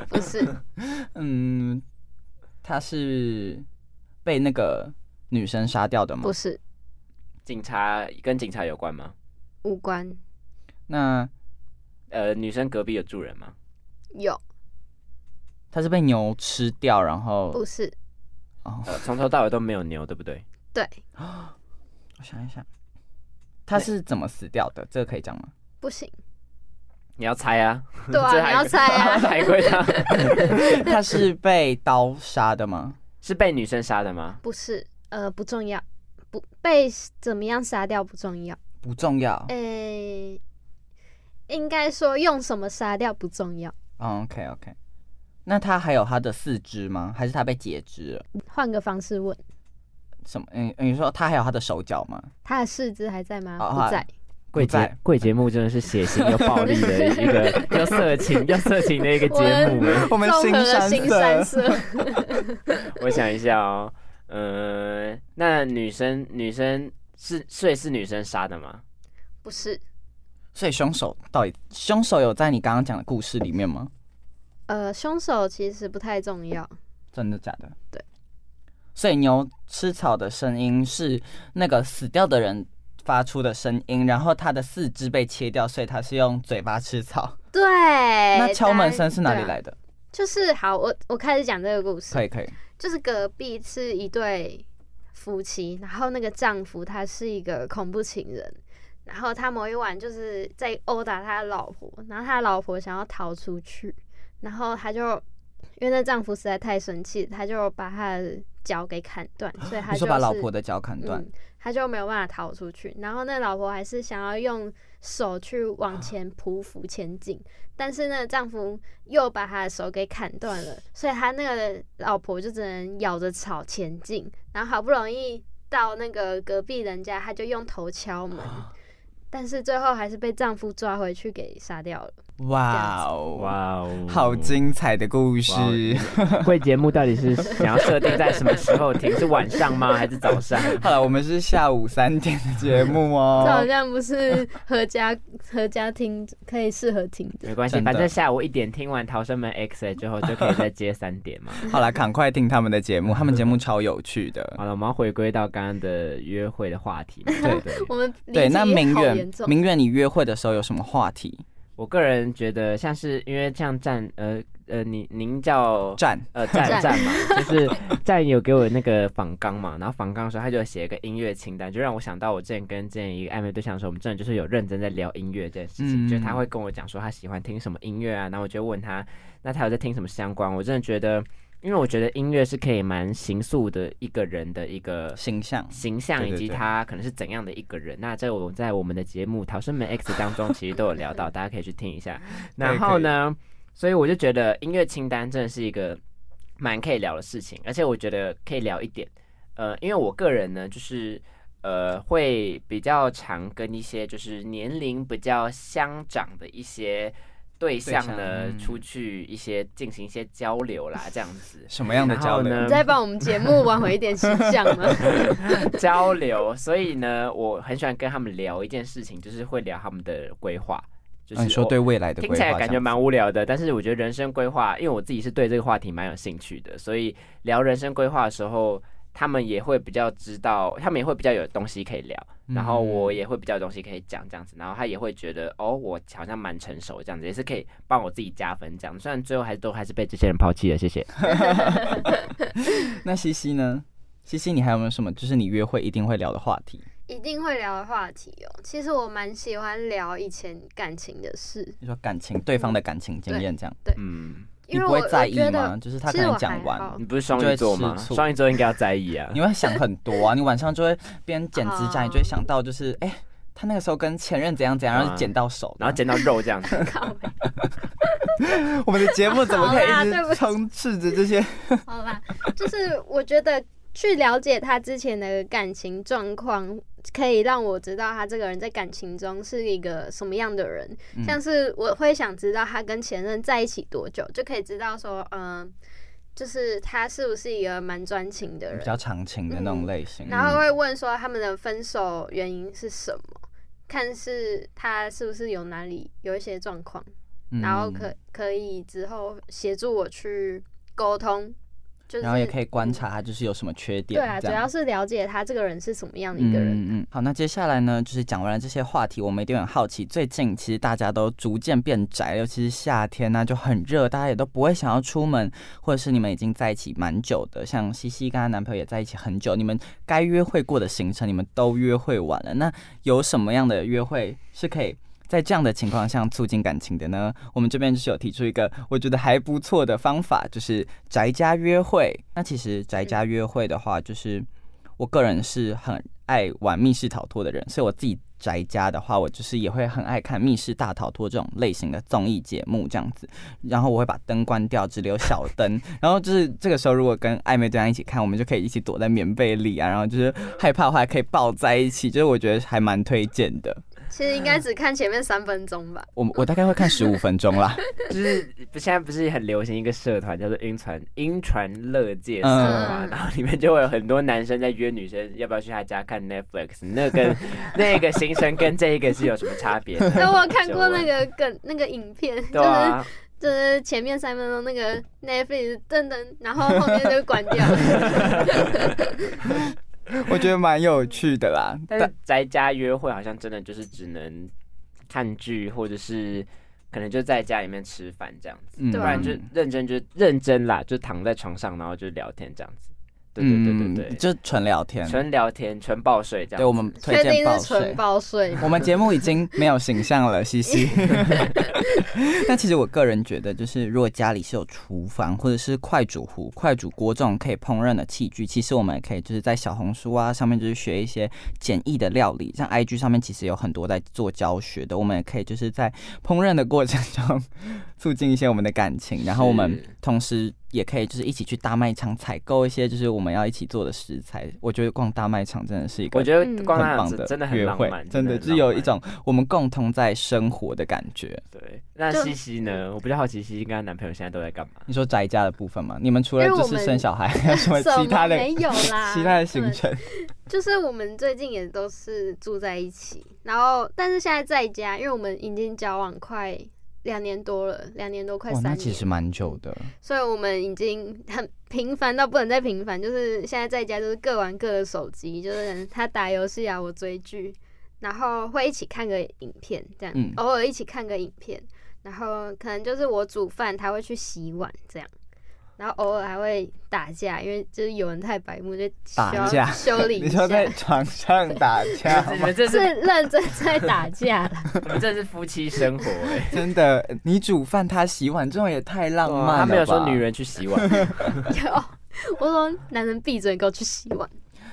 不是？嗯，他是被那个女生杀掉的吗不？是，警察跟警察有关吗？无关。那呃，女生隔壁有住人吗？有他是被牛吃掉，然后不是？哦，呃，从头到尾都没有牛，对不对？对，我想一想，他是怎么死掉的？这个可以讲吗？不行。你要猜啊！对这啊，还你要猜啊？ 海龟汤 他是被刀杀的吗？是被女生杀的吗？不是，呃，不重要，不被怎么样杀掉不重要。不重要。诶、应该说用什么杀掉不重要。嗯 OK OK，那他还有他的四肢吗？还是他被截肢了？换个方式问，什么？嗯，你说他还有他的手脚吗？他的四肢还在吗？好不好在。贵不在节贵节目真的是血腥又暴力 的一个，又色情又色情的一个节目。欸我们综合新了山新色三色。 我想一下哦，呃，那女生女生是所以是女生杀的吗？不是，所以凶手到底凶手有在你刚刚讲的故事里面吗？呃，凶手其实不太重要，真的假的？对。所以牛吃草的声音是那个死掉的人发出的声音，然后他的四肢被切掉，所以他是用嘴巴吃草。对，那那敲门声是哪里来的？就是好，我我开始讲这个故事可。以可以，就是隔壁是一对夫妻，然后那个丈夫他是一个恐怖情人，然后他某一晚就是在殴打他的老婆，然后他的老婆想要逃出去，然后他就因为那丈夫实在太生气，他就把他的脚给砍断，所以他你就说把老是婆的脚砍断，嗯，他就没有办法逃出去。然后那老婆还是想要用手去啊往前匍匐前进，但是那个丈夫又把他的手给砍断了，所以他那个老婆就只能咬着草前进。然后好不容易到那个隔壁人家，啊他就用头敲门，但是最后还是被丈夫抓回去给杀掉了。哇哦，哇哦，好精彩的故事！贵节目到底是想要设定在什么时候听？是晚上吗？还是早上？好了，我们是下午三点的节目 这哦好。像不是合家合家听可以适合听的。没关系，真的反正下午一点听完《逃生门 X》之欸后，就可以再接三点嘛。好了，赶快听他们的节目，他们节目超有趣的。好了，我们要回归到刚刚的约会的话题嘛。对对，我们离对，题那明好远严重，明远，你约会的时候有什么话题？我个人觉得像是因为像站呃呃，您您叫站呃站战站 嘛，就是站有给我那个访纲嘛，然后访纲的时候他就写一个音乐清单，就让我想到我之前跟之前一个暧昧对象的时候，我们真的就是有认真在聊音乐这件事情，嗯就是他会跟我讲说他喜欢听什么音乐啊，然后我就问他，那他有在听什么相关？我真的觉得，因为我觉得音乐是可以蛮形塑的一个人的一个形象，形象对以对及对他可能是怎样的一个人。那这我在我们的节目《逃生门 X》当中其实都有聊到，大家可以去听一 下。然后呢，所以我就觉得音乐清单真的是一个蛮可以聊的事情，而且我觉得可以聊一点。呃，因为我个人呢，就是呃，会比较常跟一些就是年龄比较相长的一些对象对呢象嗯出去一些进行一些交流啦，这样子。什么样的交然后流呢？你再帮我们节目挽回一点形象吗？交流，所以呢，我很喜欢跟他们聊一件事情，就是会聊他们的规划。就是、嗯你说对未来的听规起来划，感觉蛮无聊的，但是我觉得人生规划，因为我自己是对这个话题蛮有兴趣的，所以聊人生规划的时候，他们也会比较知道，他们也会比较有东西可以聊，嗯然后我也会比较有东西可以讲这样子，然后他也会觉得哦，我好像蛮成熟这样子，也是可以帮我自己加分这样。虽然最后还是都还是被这些人抛弃了，谢谢。那西西呢？西西，你还有没有什么就是你约会一定会聊的话题？一定会聊的话题哦。其实我蛮喜欢聊以前感情的事，你说感情，对方的感情经验这样，嗯，你因为不我会在我意觉吗？得就是他其可实能我讲还完好，你不是双鱼座吗就会吃？醋双鱼座应该要在意啊。你会想很多啊，你晚上就会边剪指甲，哦你就会想到就是，哎、他那个时候跟前任怎样怎样，啊然后剪到手，然后捡到肉这样子。靠北我们的节目 怎么可以好啦一对不直起充斥着这些？好吧，就是我觉得去了解他之前的感情状况，可以让我知道他这个人在感情中是一个什么样的人。嗯像是我会想知道他跟前任在一起多久，就可以知道说，嗯、就是他是不是一个蛮专情的比人。较长情的那种类型。嗯然后会问说他们的分手原因是什么，看是他是不是有哪里有一些状况，嗯然后可可以之后协助我去沟通，就是然后也可以观察他就是有什么缺点，对啊，主这样要是了解他这个人是什么样的一个人。嗯嗯嗯。好，那接下来呢，就是讲完了这些话题，我们一定很好奇。最近其实大家都逐渐变宅，尤其是夏天啊呢、就很热，大家也都不会想要出门，或者是你们已经在一起蛮久的，像西西跟她男朋友也在一起很久，你们该约会过的行程你们都约会完了，那有什么样的约会是可以？在这样的情况下促进感情的呢，我们这边就是有提出一个我觉得还不错的方法，就是宅家约会。那其实宅家约会的话，就是我个人是很爱玩密室逃脱的人，所以我自己宅家的话，我就是也会很爱看密室大逃脱这种类型的综艺节目这样子。然后我会把灯关掉，只留小 灯。然后就是这个时候，如果跟暧昧对象一起看，我们就可以一起躲在棉被里啊，然后就是害怕的话可以抱在一起，就是我觉得还蛮推荐的。其实应该只看前面三分钟吧。我我大概会看十五分钟啦，就是不现在不是很流行一个社团叫做“晕船晕船乐界”社嘛，嗯然后里面就会有很多男生在约女生要不要去他家看 Netflix，那跟 那个行程跟这一个是有什么差别的？啊但我有看 过那就问。个梗，那个影片，就对是啊，就是前面三分钟那个 Netflix 噔噔，然后后面就关掉了。 我觉得蛮有趣的啦。但是在家约会好像真的就是只能看剧，或者是可能就在家里面吃饭这样子，嗯啊不然就认真就认真啦，就躺在床上然后就聊天这样子。对对对对嗯对，就纯聊天。纯聊天，纯抱睡这样子。对我们 推确荐定报是纯税。报税吗？我们节目已经没有形象了，嘻嘻。那其实我个人觉得，就是如果家里是有厨房或者是快煮壶、快煮锅这种可以烹饪的器具，其实我们也可以就是在小红书啊上面就是学一些简易的料理，像 IG 上面其实有很多在做教学的，我们也可以就是在烹饪的过程中促进一些我们的感情，然后我们是同时也可以就是一起去大卖场采购一些就是我们要一起做的食材。我觉得逛大卖场真的是一个我觉得嗯逛大很场棒子的真的很约浪会漫，，真的很就是有一浪漫种我们共同在生活的感觉。对。那就西西呢？我比较好奇西西跟她男朋友现在都在干 嘛？你说宅家的部分吗？你们除了因为就我是们生小孩， 还有什么其他的没有 啦，其他的对行程？就是我们最近也都是住在一起，然后但是现在在家，因为我们已经交往快两年多了，两年多快哇，三那年，其实蛮久的。所以我们已经很频繁到不能再频繁，就是现在在家就是各玩各的手机，就是他打游戏啊，我追剧，然后会一起看个影片这样，嗯偶尔一起看个影片，然后可能就是我煮饭，他会去洗碗这样。然后偶尔还会打架，因为就是有人太白目，就需打要架 修理你一说下。在床上打 架你吗？们这是是认真在打架啦， 你们这是夫妻生活哎、真的，你煮饭他洗碗，这种也太浪漫了吧。他没有说女人去 洗碗，有我说男人闭嘴，给我去洗碗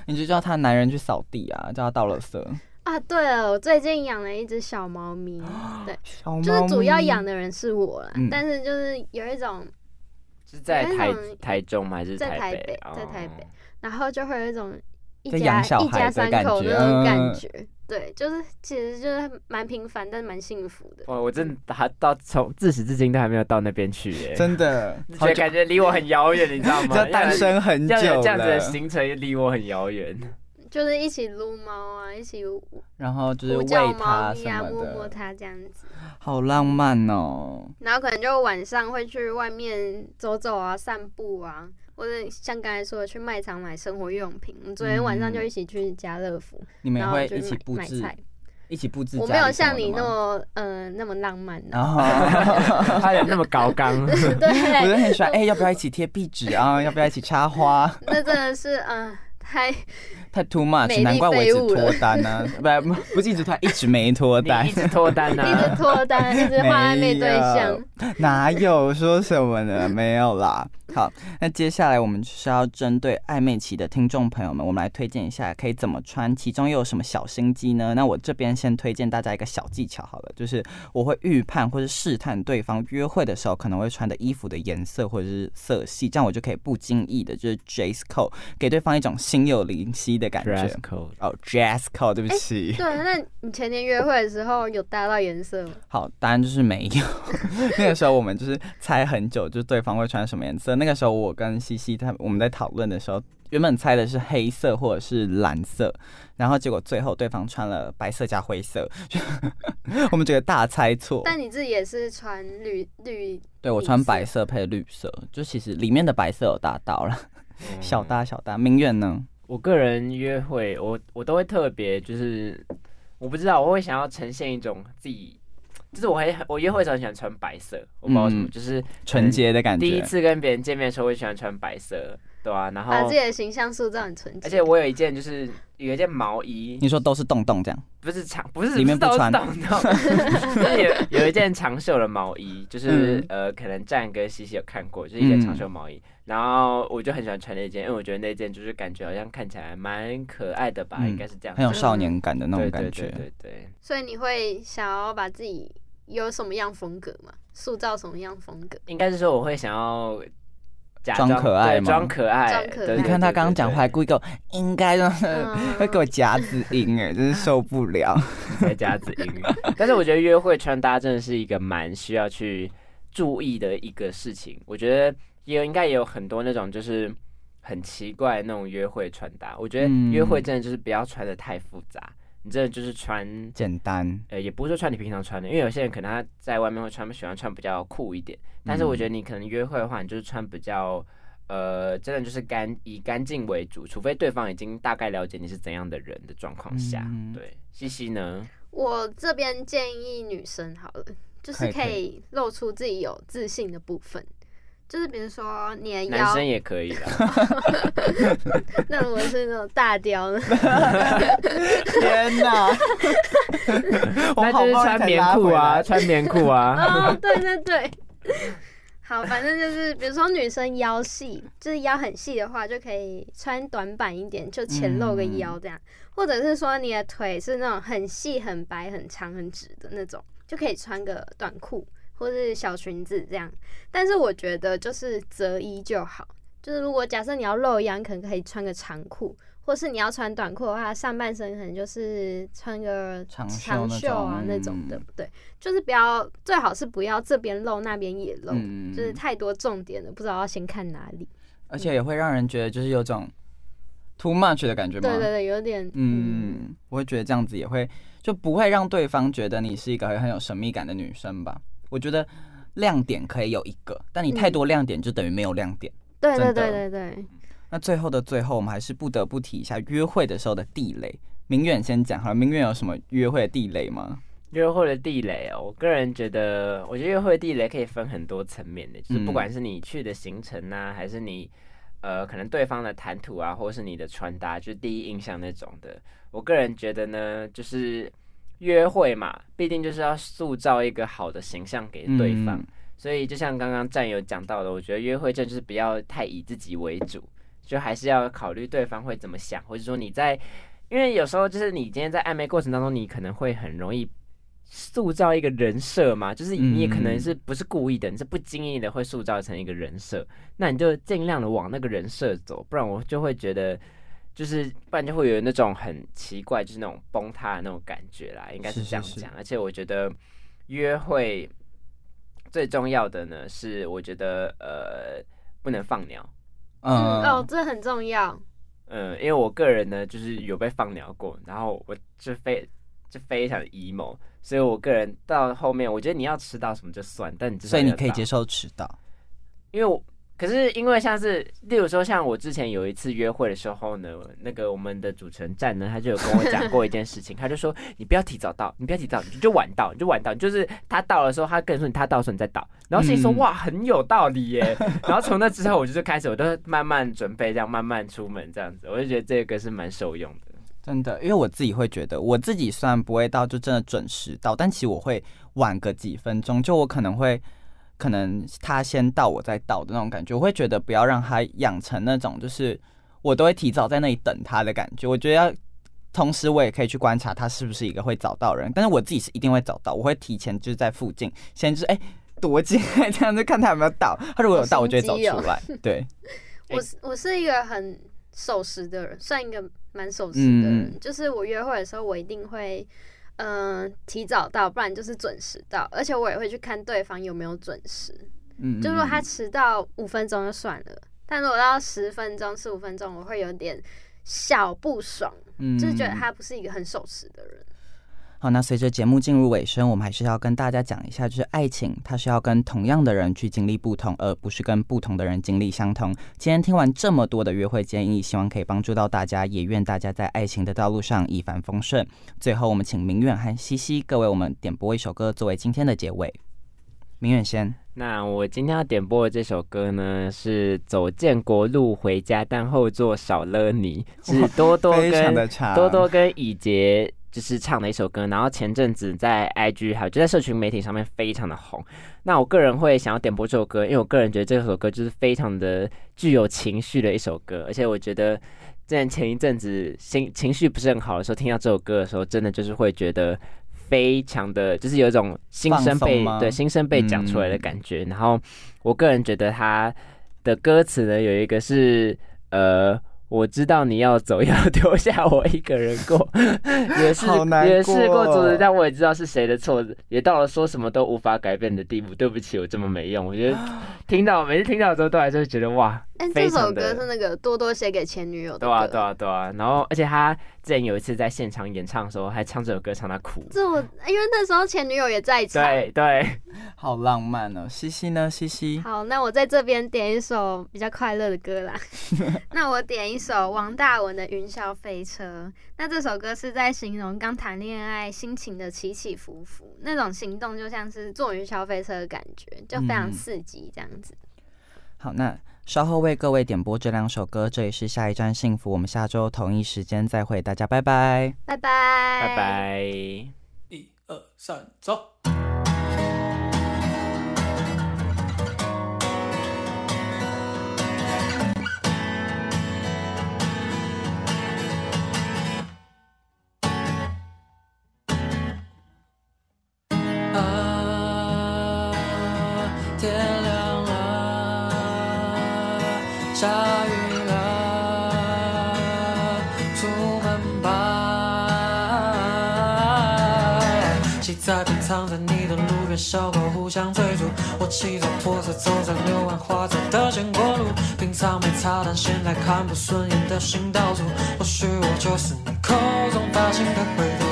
你就叫他男人去扫地啊，叫他倒垃圾。啊！对了，我最近养了一只小猫咪，小就是主要养的，的人是我啦，哦嗯但是就是有一种，是在有一台种台中吗？还是在台台北北？在台哦北然后就会有一种一在家养小一孩家的三感口觉那种嗯感觉。对，就是其实就是蛮平凡，但是蛮幸福的。哦哇，我真的还到从自始至今都还没有到那边去耶、真的，觉得感觉离我很遥远，你知道 吗？要单身很久要有，要有了。这样子的行程离我很 遥远。就是一起撸猫啊，一起然后就是呼喂叫猫它咪什啊，么摸摸的，它这样子。好浪漫哦。然后可能就晚上会去外面走走啊、散步啊，或者像刚才说的去卖场买生活用品。我们昨天晚上就一起去家乐福，嗯你们也然后会就一起买布买置菜，。一起布置。我没有像你那，么呃那么浪漫 的、然后我他有那么高刚，哦就对，很喜欢。哎，要不要一起贴壁纸 啊？要不要一起插花？那真的是嗯、呃 太太 too 美 much，丽难怪我一直废物了脱单呢、啊，不不是一直脱单，一直没脱单你一，直脱单 一直 啊。脱单，一直换暧昧对没象有。哪有说什么呢？没有啦。好，那接下来我们就是要针对暧昧期的听众朋友们，我们来推荐一下可以怎么穿，其中又有什么小心机呢？那我这边先推荐大家一个小技巧好了，就是我会预判或是试探对方约会的时候可能会穿的衣服的颜色或者是色系，这样我就可以不经意的就是 dress code，给对方一种心有灵犀的感觉 dress。code，哦、j a z z code，对不起。对，啊那你前天约会的时候有搭到颜色吗？好，答案就是没有。 那个时候我们就是猜很久，就是对方会穿什么颜色。那个时候我跟西西他我们在讨论的时候，原本猜的是黑色或者是蓝色，然后结果最后对方穿了白色加灰色， 我们觉得大猜错。但你自己也是穿绿绿，对我穿白色配绿色，就其实里面的白色有达到了，嗯小搭小搭。明远呢？我个人约会，我我都会特别就是，我不知道，我会想要呈现一种自己，就是我很我约会的时候很喜欢穿白色，我不知道为什么，嗯就是纯洁的感第一觉。次跟别人见面的时候，我喜欢穿白色，对啊，哦然后、把自己的形象塑造很纯洁。而且我有一件就是有一件毛衣，你说都是洞洞这样，不是长，不是里面不穿不是到到到就是有有一件长袖的毛衣，就是、嗯呃，可能战哥西西有看过，就是一件长袖毛衣。然后我就很喜欢穿那件，因为我觉得那件就是感觉好像看起来蛮可爱的吧，嗯应该是这样子，很有少年感的那种对感对觉。对对对。所以你会想要把自己有什么样风格吗？塑造什么样风格？应该是说我会想要假装可爱对吗装可爱，装可爱对你看他刚刚讲话，还，对故意给我应该呢，嗯 会给我夹子音哎，真是受不 了。对对对在家子 音。但是我觉得约会穿搭真的是一个蛮需要去注意的一个事情。我觉得也有应该也有很多那种就是很奇怪的那种约会穿搭。我觉得嗯约会真的就是不要穿的太复杂，你真的就是穿简单，呃，也不是说穿你平常穿的，因为有些人可能他在外面会穿，喜欢穿比较酷一点。但是我觉得你可能约会的话，你就是穿比较，呃，真的就是干以干净为主，除非对方已经大概了解你是怎样的人的状况下。嗯对，西西呢？我这边建议女生好了，就是可以可可以露出自己有自信的部分，就是比如说你哎的男腰，生也可以啦。那如果是那种大雕呢？天哪！ 我那好不就容是易穿才棉拉裤回啊，来，穿棉裤啊。 哦，对对对。好，反正就是，比如说女生腰细，就是腰很细的话，就可以穿短版一点，就前露个腰这样，或者是说你的腿是那种很细、很白、很长、很直的那种，就可以穿个短裤或是小裙子这样。但是我觉得就是择一就好，就是如果假设你要露腰，你可能可以穿个长裤，或是你要穿短裤的话，上半身可能就是穿个长袖长那袖啊种那种嗯的，对，就是不要最好是不要这边露那边也露，嗯就是太多重点了，不知道要先看哪里。而且也会让人觉得就是有种 too much 的感觉吗？对对对，有点嗯嗯，我会觉得这样子也会就不会让对方觉得你是一个很有神秘感的女生吧？我觉得亮点可以有一个，但你太嗯多亮点就等于没有亮点。对对真的对对对，那最后的最后，我们还是不得不提一下约会的时候的地雷。明远先讲好了，明远有什么约会的地雷吗？约会的地雷哦，我个人觉得，我觉得约会的地雷可以分很多层面的，就是嗯不管是你去的行程啊，还是你呃可能对方的谈吐啊，或是你的穿搭，就是第一印象那种的。我个人觉得呢，就是约会嘛，必定就是要塑造一个好的形象给对方。嗯所以就像刚刚战友讲到的，我觉得约会真的就是不要太以自己为主，就还是要考虑对方会怎么想，或者说你在，因为有时候就是你今天在暧昧过程当中，你可能会很容易。塑造一个人设嘛，就是你也可嗯能是不是故意的，你是不经意的会塑造成一个人设，那你就尽量的往那个人设走，不然我就会觉得，就是不然就会有那种很奇怪，就是那种崩塌的那种感觉啦，应该是是是这样是讲。而且我觉得约会最重要的呢是，我觉得呃不能放鸟。嗯嗯，哦，这很重要。嗯，因为我个人呢，就是有被放鸟过，然后我就非就非常 emo，所以我个人到后面，我觉得你要迟到什么就算，但你至少所以你要可以到接受迟到。因为我可是因为像是，例如说像我之前有一次约会的时候呢，那个我们的主持人站呢，他就有跟我讲过一件事情，他 就说你不要提早到，你不要提早，你就晚到，你就晚到，你就是他到的时候，他跟你说你他到的时候你再到，然后心里说、嗯哇很有道理耶， 然后从那之后我就是开始我都慢慢准备，这样慢慢出门这样子，我就觉得这个是蛮受用的。真的，因为我自己会觉得，我自己虽然不会到就真的准时到，但其实我会晚个几分钟，就我可能会，可能他先到我再到的那种感觉，我会觉得不要让他养成那种就是我都会提早在那里等他的感觉。我觉得要，同时我也可以去观察他是不是一个会早到的人，但是我自己是一定会早到，我会提前就是在附近，先就是哎。躲进来，这样子看他有没有到。他如果有到，我就会走好心机哦出来。对，哎我是我是一个很守时的人，算一个蛮守时的人。嗯嗯就是我约会的时候，我一定会嗯、呃提早到，不然就是准时到，而且我也会去看对方有没有准时。嗯，就如果他嗯迟到五分钟就算了，但如果到十分钟、十五分钟，我会有点小不爽，嗯就是觉得嗯他不是一个很守时的人。好，那随着节目进入尾声，我们还是要跟大家讲一下，就是爱情，它是要跟同样的人去经历不同，而不是跟不同的人经历相同。今天听完这么多的约会建议，希望可以帮助到大家，也愿大家在爱情的道路上一帆风顺。最后，我们请明远和西西各位我们点播一首歌作为今天的结尾。明远先，那我今天要点播的这首歌呢，是《走建国路回家》，但后座少了你，是多多非常跟的长，多多跟以杰就是唱的一首歌，然后前阵子在 IG 还有就在社群媒体上面非常的红。那我个人会想要点播这首歌，因为我个人觉得这首歌就是非常的具有情绪的一首歌，而且我觉得之前前一阵子心情绪不是很好的时候，听到这首歌的时候，真的就是会觉得非常的，就是有一种心声放松被吗对心声被讲出来的感觉。然后我个人觉得他的歌词呢，有一个是呃。我知道你要走，要丢下我一个人 过，也是好难也试过阻过止，但我也知道是谁的错，也到了说什么都无法改变的地步。对不起，我这么没用。我觉得听到每次听到之后，都还是会觉得哇，但非哎这首常歌的是那个多多写给前女友的歌，对啊，对啊，对啊。然后，而且他之前有一次在现场演唱的时候，还唱这首歌唱到哭。这我因为那时候前女友也在场， 对对，好浪漫哦。西西呢？西西，好，那我在这边点一首比较快乐的歌 啦。那我点一首王大文的《云霄飞车》。那这首歌是在形容刚谈恋爱心情的起起伏伏，那种行动就像是坐云霄飞车的感觉，就非常嗯刺激这样子。好，那稍后为各位点播这两首歌，这里是下一站幸福，我们下周同一时间再会，大家拜拜。拜拜， 拜拜。拜。一二三，走。爱天亮了，下雨了，出门吧。骑在平常在你的路边，小狗互相追逐。我骑着破车走在柳暗花开的鲜果路，平常没擦，但现在看不顺眼的新到处。或许我就是你口中发现的归途。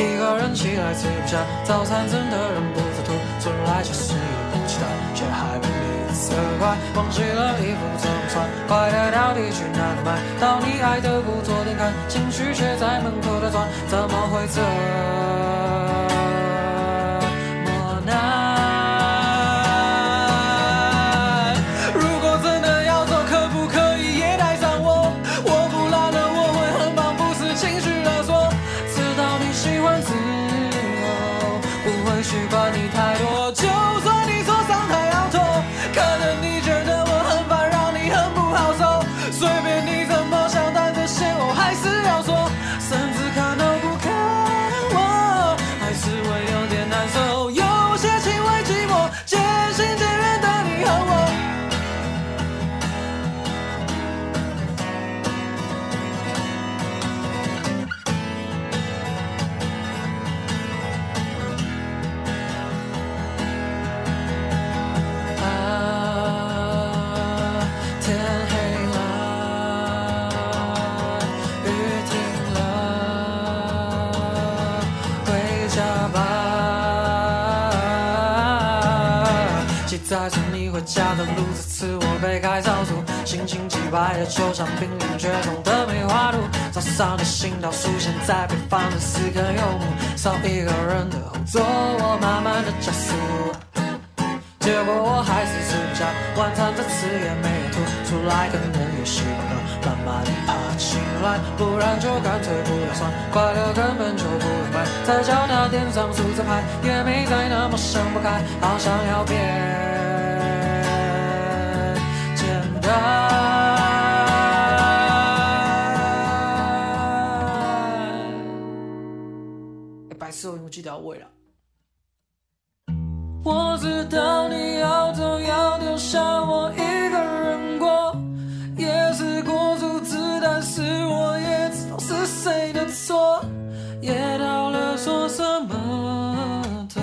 一个人起来吃不下早餐，真的忍不住吐出来，其实也不期待，却还被你责怪。忘记了衣服怎么穿，快乐到底去哪里买？到你爱的故作点看，情绪却在门口打转，怎么会这么难？如果真的要走，可不可以也带上我？我不拉了，我会很棒，不是情绪勒索。知道你喜欢自由，哦不会去管你太多。就算你说伤还要痛，可能你觉得我很烦，让你很不好受。随便你怎么想，但这些我还是要说，甚至看都不看我，还是会有点难受。有些情会寂寞，渐行渐远的你和我。啊，天黑了，雨停了，回家吧。骑在送你回家的路，这次我被开少数，心情几百的就像濒临绝种的梅花鹿。早上的行道树，现在被放的是个游牧，少一个人的后座，我慢慢的加速。结果我还是吃不下晚餐，这次也没有吐出来，可能也习惯了，慢慢地爬起来，不然就干脆不要算，快乐根本就不用买，在脚踏垫上数着牌，也没再那么想不开，好想要变简单。哎白痴，我有没有记得要喂了？我知道你要走，要留下我一个人过，也是过日子，但是我也知道是谁的错，也到了说什么都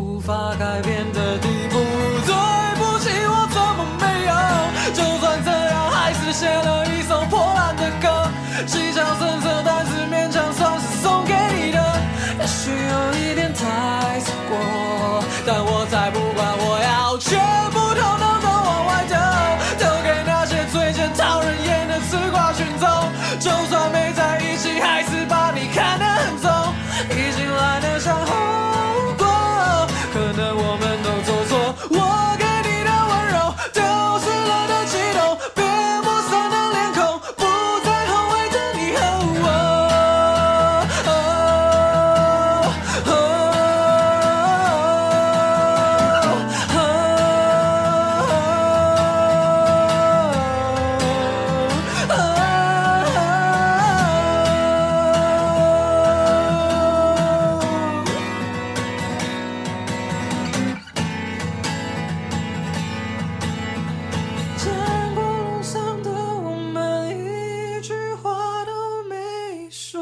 无法改变的地步。对不起，我怎么没有？就算这样，还是写了一首破烂的歌，技巧深涩，但是勉强算是送给你的。也许有一点太超过，但我才不管，我要全部统统都往外丢，丢给那些最贱、讨人厌的吃瓜群众。就算没在一起，还是把你看得很重，已经懒得想后果。可能我们都走错，我给你的温柔丢失了的悸动，变陌生的脸孔，不再后悔的你和我。哦哦哦哦见过路上的我们，一句话都没说。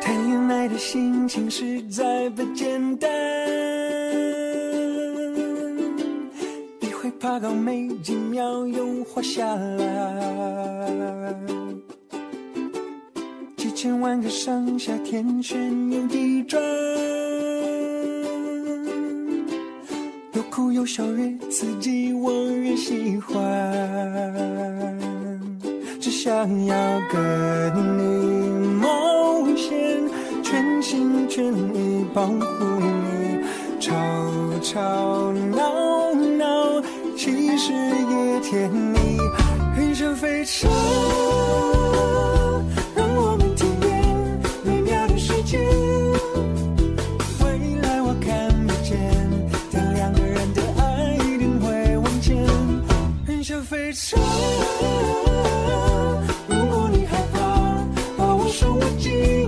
谈恋爱的心情实在不简单。你会怕高，没几秒又滑下来。几千万个上下天旋又地转，有哭有笑越刺激，我越喜欢。只想要跟你冒险，全心全意保护你，吵吵闹闹，其实也甜蜜，很想飞车，让我们。记。